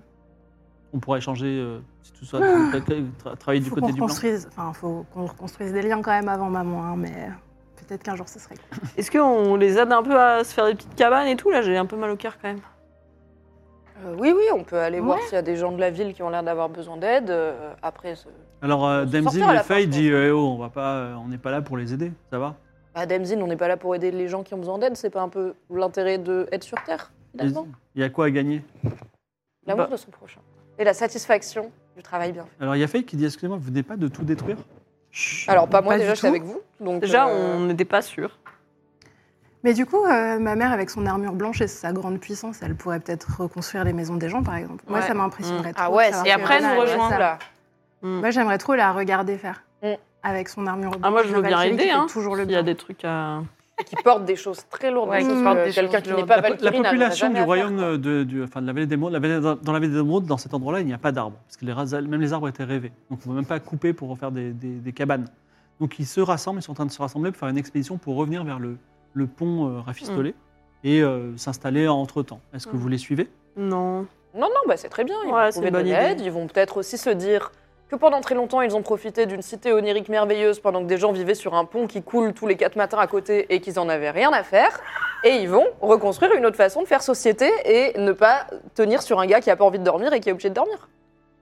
[SPEAKER 2] On pourra échanger euh, si tout ça.
[SPEAKER 4] Ah
[SPEAKER 2] tra- travailler
[SPEAKER 3] Il
[SPEAKER 2] du
[SPEAKER 3] faut
[SPEAKER 2] côté du
[SPEAKER 3] qu'on
[SPEAKER 2] blanc.
[SPEAKER 3] reconstruise, enfin, faut qu'on reconstruise des liens quand même avant maman, hein, mais peut-être qu'un jour ce serait cool.
[SPEAKER 4] Est-ce qu'on les aide un peu à se faire des petites cabanes et tout Là, j'ai un peu mal au cœur quand même.
[SPEAKER 5] Euh, oui, oui, on peut aller voir
[SPEAKER 3] Ouais.
[SPEAKER 5] s'il y a des gens de la ville qui ont l'air d'avoir besoin d'aide. euh, après, ce-
[SPEAKER 2] Alors, euh,
[SPEAKER 5] On se
[SPEAKER 2] Damsy
[SPEAKER 5] sortira à la
[SPEAKER 2] Malfoy
[SPEAKER 5] fin, je
[SPEAKER 2] dit eh oh, on va pas, euh, on n'est pas là pour les aider, ça va
[SPEAKER 5] bah, Damsine, on n'est pas là pour aider les gens qui ont besoin d'aide. C'est pas un peu l'intérêt de être sur Terre,
[SPEAKER 2] Il
[SPEAKER 5] finalement
[SPEAKER 2] y a quoi à gagner
[SPEAKER 5] L'amour de son prochain. Et la satisfaction du travail bien fait.
[SPEAKER 2] Alors, il y a Faye qui dit Excusez-moi, vous venez pas de tout détruire
[SPEAKER 5] Alors, pas moi,
[SPEAKER 3] Pas
[SPEAKER 5] déjà,
[SPEAKER 3] du
[SPEAKER 5] j'étais
[SPEAKER 3] tout.
[SPEAKER 5] avec vous. Donc,
[SPEAKER 4] Déjà,
[SPEAKER 5] euh,
[SPEAKER 4] on n'était pas sûr.
[SPEAKER 3] Mais du coup, euh, ma mère, avec son armure blanche et sa grande puissance, elle pourrait peut-être reconstruire les maisons des gens, par exemple. Moi,
[SPEAKER 6] Ouais.
[SPEAKER 3] ça m'impressionnerait trop.
[SPEAKER 5] Ah
[SPEAKER 3] de
[SPEAKER 5] ouais,
[SPEAKER 3] savoir
[SPEAKER 5] c'est-
[SPEAKER 6] Et après,
[SPEAKER 3] que-
[SPEAKER 6] elle nous
[SPEAKER 3] voilà,
[SPEAKER 6] rejoint,
[SPEAKER 3] ça.
[SPEAKER 5] là.
[SPEAKER 3] Moi, j'aimerais trop la regarder faire.
[SPEAKER 5] Mm.
[SPEAKER 3] Avec son armure blanche.
[SPEAKER 4] Ah, moi, je veux
[SPEAKER 3] Le
[SPEAKER 4] bien
[SPEAKER 3] Valkyrie Bah, qui
[SPEAKER 4] aider.
[SPEAKER 3] fait
[SPEAKER 4] Hein,
[SPEAKER 3] Toujours le
[SPEAKER 4] S'il y a
[SPEAKER 3] bien.
[SPEAKER 4] des trucs à.
[SPEAKER 5] Qui portent des choses très lourdes.
[SPEAKER 6] Ouais,
[SPEAKER 5] parce
[SPEAKER 3] qui
[SPEAKER 5] que
[SPEAKER 3] portent
[SPEAKER 6] des
[SPEAKER 5] Quelqu'un
[SPEAKER 6] choses
[SPEAKER 5] qui n'est
[SPEAKER 6] lourdes.
[SPEAKER 5] pas
[SPEAKER 2] La, po- la
[SPEAKER 5] Valkyrie n'a- n'a
[SPEAKER 2] population
[SPEAKER 5] jamais
[SPEAKER 2] du
[SPEAKER 5] à faire,
[SPEAKER 2] royaume,
[SPEAKER 5] quoi.
[SPEAKER 2] euh, de, du- enfin, de la vallée des Mondes, la vallée- dans la vallée des Mondes, dans cet endroit-là, il n'y a pas d'arbres. Parce que les, ras- même les arbres étaient rêvés. Donc, on ne peut même pas couper pour refaire des, des- des cabanes. Donc, ils se rassemblent, ils sont en train de se rassembler pour faire une expédition pour revenir vers le, le pont euh, rafistolé
[SPEAKER 5] Mm.
[SPEAKER 2] et euh, s'installer entre-temps. Est-ce que
[SPEAKER 4] Mm.
[SPEAKER 2] vous les suivez
[SPEAKER 4] Non.
[SPEAKER 5] Non, non, bah, c'est très bien. Ils
[SPEAKER 4] Ouais,
[SPEAKER 5] vont
[SPEAKER 4] c'est une
[SPEAKER 5] trouver
[SPEAKER 4] bonne
[SPEAKER 5] de
[SPEAKER 4] idée.
[SPEAKER 5] l'aide. Ils vont peut-être aussi se dire que pendant très longtemps, ils ont profité d'une cité onirique merveilleuse pendant que des gens vivaient sur un pont qui coule tous les quatre matins à côté et qu'ils n'en avaient rien à faire. Et ils vont reconstruire une autre façon de faire société et ne pas tenir sur un gars qui n'a pas envie de dormir et qui est obligé de dormir.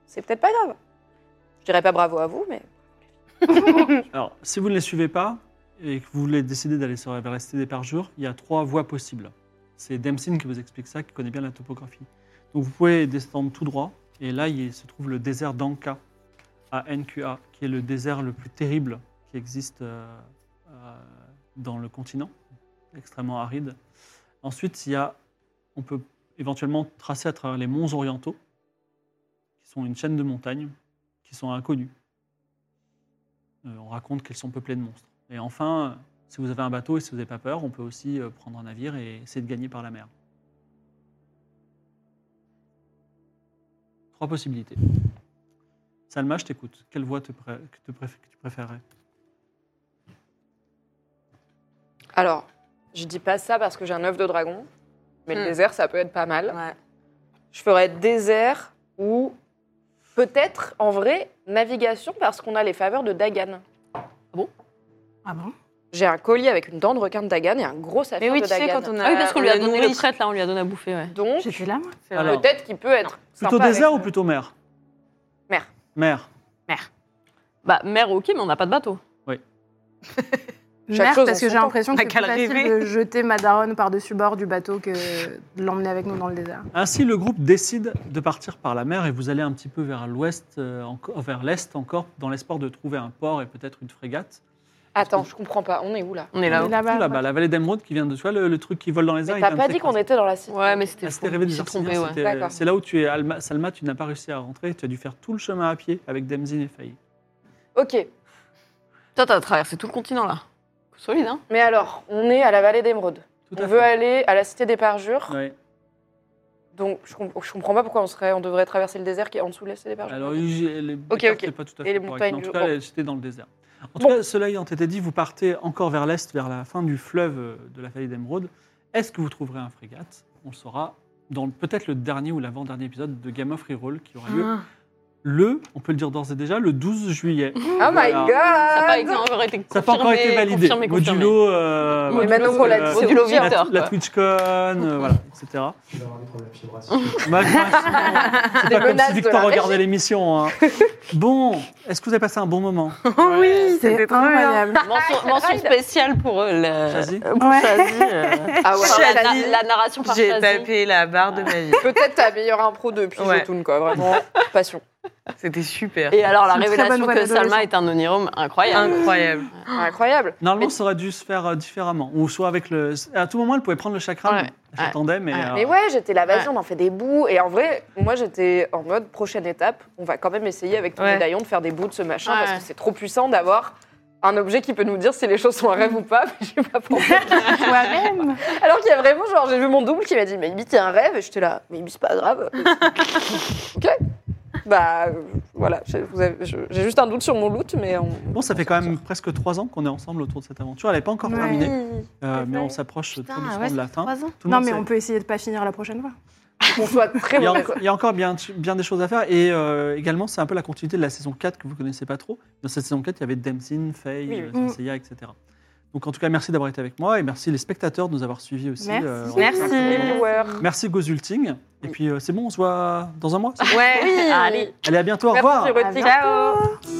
[SPEAKER 5] C'est peut-être pas grave. Je dirais pas bravo à vous, mais
[SPEAKER 2] Alors, si vous ne les suivez pas et que vous voulez décider d'aller sur- vers la cité des parjures, il y a trois voies possibles. C'est Dempsey qui vous explique ça, qui connaît bien la topographie. Donc, vous pouvez descendre tout droit et là, il se trouve le désert d'Anka, à NQA, qui est le désert le plus terrible qui existe euh, euh, dans le continent, extrêmement aride. Ensuite, il y a, on peut éventuellement tracer à travers les monts orientaux, qui sont une chaîne de montagnes qui sont inconnues. Euh, on raconte qu'elles sont peuplées de monstres. Et enfin, euh, si vous avez un bateau et si vous n'avez pas peur, on peut aussi euh, prendre un navire et essayer de gagner par la mer. Trois possibilités. Salma, je t'écoute. Quelle voie te pré- que, te préf- que tu préférerais
[SPEAKER 5] Alors, je dis pas ça parce que j'ai un œuf de dragon, mais le
[SPEAKER 6] Hmm.
[SPEAKER 5] désert, ça peut être pas mal.
[SPEAKER 6] Ouais.
[SPEAKER 5] Je ferais désert ou peut-être, en vrai, navigation parce qu'on a les faveurs de Dagan.
[SPEAKER 3] Ah bon
[SPEAKER 5] J'ai un collier avec une dent de requin de Dagan et un gros affaire
[SPEAKER 6] Mais oui,
[SPEAKER 5] de
[SPEAKER 6] tu sais,
[SPEAKER 5] Dagan.
[SPEAKER 6] quand on a.
[SPEAKER 4] Ah oui, parce qu'on lui a donné
[SPEAKER 6] nourri-
[SPEAKER 4] le traite, là, on lui a donné à bouffer, ouais.
[SPEAKER 5] Donc,
[SPEAKER 3] J'étais là, moi
[SPEAKER 6] C'est vrai.
[SPEAKER 2] Alors,
[SPEAKER 5] peut-être qu'il peut être.
[SPEAKER 2] Plutôt
[SPEAKER 5] sympa
[SPEAKER 2] désert
[SPEAKER 5] avec-
[SPEAKER 2] ou plutôt mer
[SPEAKER 5] Mer.
[SPEAKER 2] Mer.
[SPEAKER 4] Bah, mère, ok, mais on n'a pas de bateau.
[SPEAKER 3] Merde,
[SPEAKER 5] Chaque chose en
[SPEAKER 3] parce que
[SPEAKER 5] son
[SPEAKER 3] j'ai
[SPEAKER 5] temps.
[SPEAKER 3] l'impression que
[SPEAKER 6] T'as
[SPEAKER 3] c'est
[SPEAKER 6] qu'à
[SPEAKER 3] plus
[SPEAKER 6] le
[SPEAKER 3] facile
[SPEAKER 6] rêver.
[SPEAKER 3] de jeter ma daronne par-dessus bord du bateau que de l'emmener avec nous dans le désert.
[SPEAKER 2] Ainsi, le groupe décide de partir par la mer et vous allez un petit peu vers l'ouest, euh, encore- vers l'est encore, dans l'espoir de trouver un port et peut-être une frégate.
[SPEAKER 5] Attends, je comprends pas. On est où là
[SPEAKER 4] On est
[SPEAKER 3] On
[SPEAKER 4] là-haut.
[SPEAKER 3] est
[SPEAKER 2] Tout
[SPEAKER 3] là-bas.
[SPEAKER 2] là-bas, la vallée d'Emeraude qui vient de. Tu vois, le, le truc qui vole dans les airs.
[SPEAKER 5] Mais
[SPEAKER 2] il
[SPEAKER 5] t'as
[SPEAKER 2] vient de
[SPEAKER 5] pas dit qu'on
[SPEAKER 2] s'écraser.
[SPEAKER 5] était dans la cité.
[SPEAKER 4] Ouais, mais c'était
[SPEAKER 2] Ah,
[SPEAKER 4] faux.
[SPEAKER 2] C'était rêvé
[SPEAKER 4] Il
[SPEAKER 2] des
[SPEAKER 4] s'est
[SPEAKER 2] Orsiniens,
[SPEAKER 4] trompé, ouais.
[SPEAKER 2] c'était- euh,
[SPEAKER 5] D'accord.
[SPEAKER 2] C'est là où tu es, Alma- Salma, tu n'as pas réussi à rentrer, tu as dû faire tout le chemin à pied avec Demzin et Faye.
[SPEAKER 5] Ok,
[SPEAKER 4] Toi, t'as traversé tout le continent, là. Solide, hein
[SPEAKER 5] mais alors, on est à la vallée d'Émeraude.
[SPEAKER 2] Tout
[SPEAKER 5] On
[SPEAKER 2] à
[SPEAKER 5] veut
[SPEAKER 2] fait.
[SPEAKER 5] aller à la cité des parjures.
[SPEAKER 2] Ouais.
[SPEAKER 5] Donc, je, comp- je comprends pas pourquoi on, serait, on devrait traverser le désert qui est en dessous de la cité des parjures.
[SPEAKER 2] Alors, j'ai- les
[SPEAKER 5] Ok,
[SPEAKER 2] cartes,
[SPEAKER 5] ok.
[SPEAKER 2] c'est pas tout à
[SPEAKER 5] Et
[SPEAKER 2] fait
[SPEAKER 5] les
[SPEAKER 2] correct,
[SPEAKER 5] montagnes
[SPEAKER 2] mais En tout
[SPEAKER 5] du-
[SPEAKER 2] cas,
[SPEAKER 5] bon.
[SPEAKER 2] elle- c'était dans le désert. En tout
[SPEAKER 5] Bon.
[SPEAKER 2] cas, cela ayant été dit, vous partez encore vers l'est, vers la fin du fleuve euh, de la vallée d'Émeraude. Est-ce que vous trouverez un frégate On le saura dans le- peut-être le dernier ou l'avant-dernier épisode de Game of Reroll qui aura lieu
[SPEAKER 6] Ah.
[SPEAKER 2] le, on peut le dire d'ores et déjà, le 12 juillet.
[SPEAKER 5] Oh my
[SPEAKER 2] Voilà.
[SPEAKER 5] god
[SPEAKER 4] Ça n'a pas été- encore été
[SPEAKER 2] Ça n'a pas encore été
[SPEAKER 4] confirmé,
[SPEAKER 2] validé.
[SPEAKER 4] confirmé, confirmé.
[SPEAKER 2] Modulo, euh,
[SPEAKER 5] Mais maintenant qu'on l'a dit, c'est
[SPEAKER 4] Modulo
[SPEAKER 5] obligé.
[SPEAKER 2] la,
[SPEAKER 4] Victor,
[SPEAKER 2] la
[SPEAKER 4] quoi.
[SPEAKER 2] TwitchCon, euh, voilà, etc.
[SPEAKER 7] Tu vas avoir des problèmes fibratiques.
[SPEAKER 2] Bah, c'est
[SPEAKER 5] Des
[SPEAKER 2] pas comme
[SPEAKER 5] menaces
[SPEAKER 2] si
[SPEAKER 5] de
[SPEAKER 2] Victor
[SPEAKER 5] la
[SPEAKER 2] regardait l'émission. hein. Bon, est-ce que vous avez passé un bon moment
[SPEAKER 6] Oh oui,
[SPEAKER 3] C'est
[SPEAKER 6] c'était trop bien.
[SPEAKER 3] incroyable.
[SPEAKER 4] Mention, mention spéciale pour euh, la,
[SPEAKER 2] Chazy
[SPEAKER 4] euh, pour
[SPEAKER 3] Ouais.
[SPEAKER 4] Chazy, euh,
[SPEAKER 5] Ah ouais,
[SPEAKER 4] enfin, la,
[SPEAKER 6] Chazy.
[SPEAKER 4] la- la narration par
[SPEAKER 6] J'ai
[SPEAKER 4] Chazy.
[SPEAKER 6] tapé la barre de ma vie.
[SPEAKER 5] Peut-être ta meilleure impro depuis
[SPEAKER 6] Ouais.
[SPEAKER 5] Jotun, quoi. Vraiment, passion.
[SPEAKER 6] C'était super.
[SPEAKER 4] Et alors la
[SPEAKER 3] C'est une très bonne
[SPEAKER 4] révélation
[SPEAKER 3] voix
[SPEAKER 4] que Salma
[SPEAKER 3] d'adolescent.
[SPEAKER 4] est un onirome incroyable.
[SPEAKER 6] Incroyable.
[SPEAKER 5] Incroyable.
[SPEAKER 2] Normalement, ça aurait dû se faire euh, différemment. Ou soit avec le. À tout moment, elle pouvait prendre le chakra.
[SPEAKER 4] Ouais, ouais.
[SPEAKER 2] J'attendais, mais.
[SPEAKER 4] Ouais.
[SPEAKER 2] euh,
[SPEAKER 5] Mais ouais, j'étais la vas-y, on en fait des bouts. Et en vrai, moi, j'étais en mode prochaine étape. On va quand même essayer avec ton
[SPEAKER 6] Ouais.
[SPEAKER 5] médaillon de faire des bouts de ce machin
[SPEAKER 4] Ouais.
[SPEAKER 5] parce que c'est trop puissant d'avoir un objet qui peut nous dire si les choses sont un rêve ou pas. Mais j'ai pas pensé.
[SPEAKER 3] Toi-même
[SPEAKER 5] Alors qu'il y a vraiment, genre, j'ai vu mon double qui m'a dit, mais Ibi, t'es un rêve. Et j'étais là, mais Ibi, c'est pas grave. ok. Bah euh, voilà, j'ai vous avez- je- j'ai juste un doute sur mon loot, mais on.
[SPEAKER 2] Bon, ça fait quand même presque trois ans qu'on est ensemble autour de cette aventure. Elle n'est pas encore
[SPEAKER 3] Ouais.
[SPEAKER 2] terminée, euh,
[SPEAKER 6] Ouais.
[SPEAKER 2] mais on s'approche très
[SPEAKER 6] Putain,
[SPEAKER 2] doucement
[SPEAKER 6] ouais,
[SPEAKER 2] de la
[SPEAKER 6] ça fait
[SPEAKER 2] fin.
[SPEAKER 6] trois ans.
[SPEAKER 2] Tout le
[SPEAKER 3] Non,
[SPEAKER 2] monde
[SPEAKER 3] mais
[SPEAKER 2] sait-
[SPEAKER 3] on peut essayer de pas finir la prochaine fois.
[SPEAKER 5] On soit très
[SPEAKER 2] Il y, a,
[SPEAKER 5] mauvais.
[SPEAKER 2] il y a encore bien, bien des choses à faire. Et euh, également, c'est un peu la continuité de la saison 4 que vous connaissez pas trop. Dans cette saison 4, il y avait Demsin, Faye,
[SPEAKER 5] Oui, oui.
[SPEAKER 2] euh, Senseiya, etc. Donc, en tout cas, merci d'avoir été avec moi et merci les spectateurs de nous avoir suivis aussi.
[SPEAKER 3] Merci.
[SPEAKER 2] on-
[SPEAKER 6] Merci.
[SPEAKER 5] Les viewers.
[SPEAKER 2] Merci Gozulting. Et puis, euh, c'est bon, on se voit dans un mois. c'est bon
[SPEAKER 6] Ouais, allez.
[SPEAKER 2] Allez, à bientôt. Au
[SPEAKER 5] Merci,
[SPEAKER 2] revoir.
[SPEAKER 5] Ruti.
[SPEAKER 3] À bientôt.
[SPEAKER 6] Ciao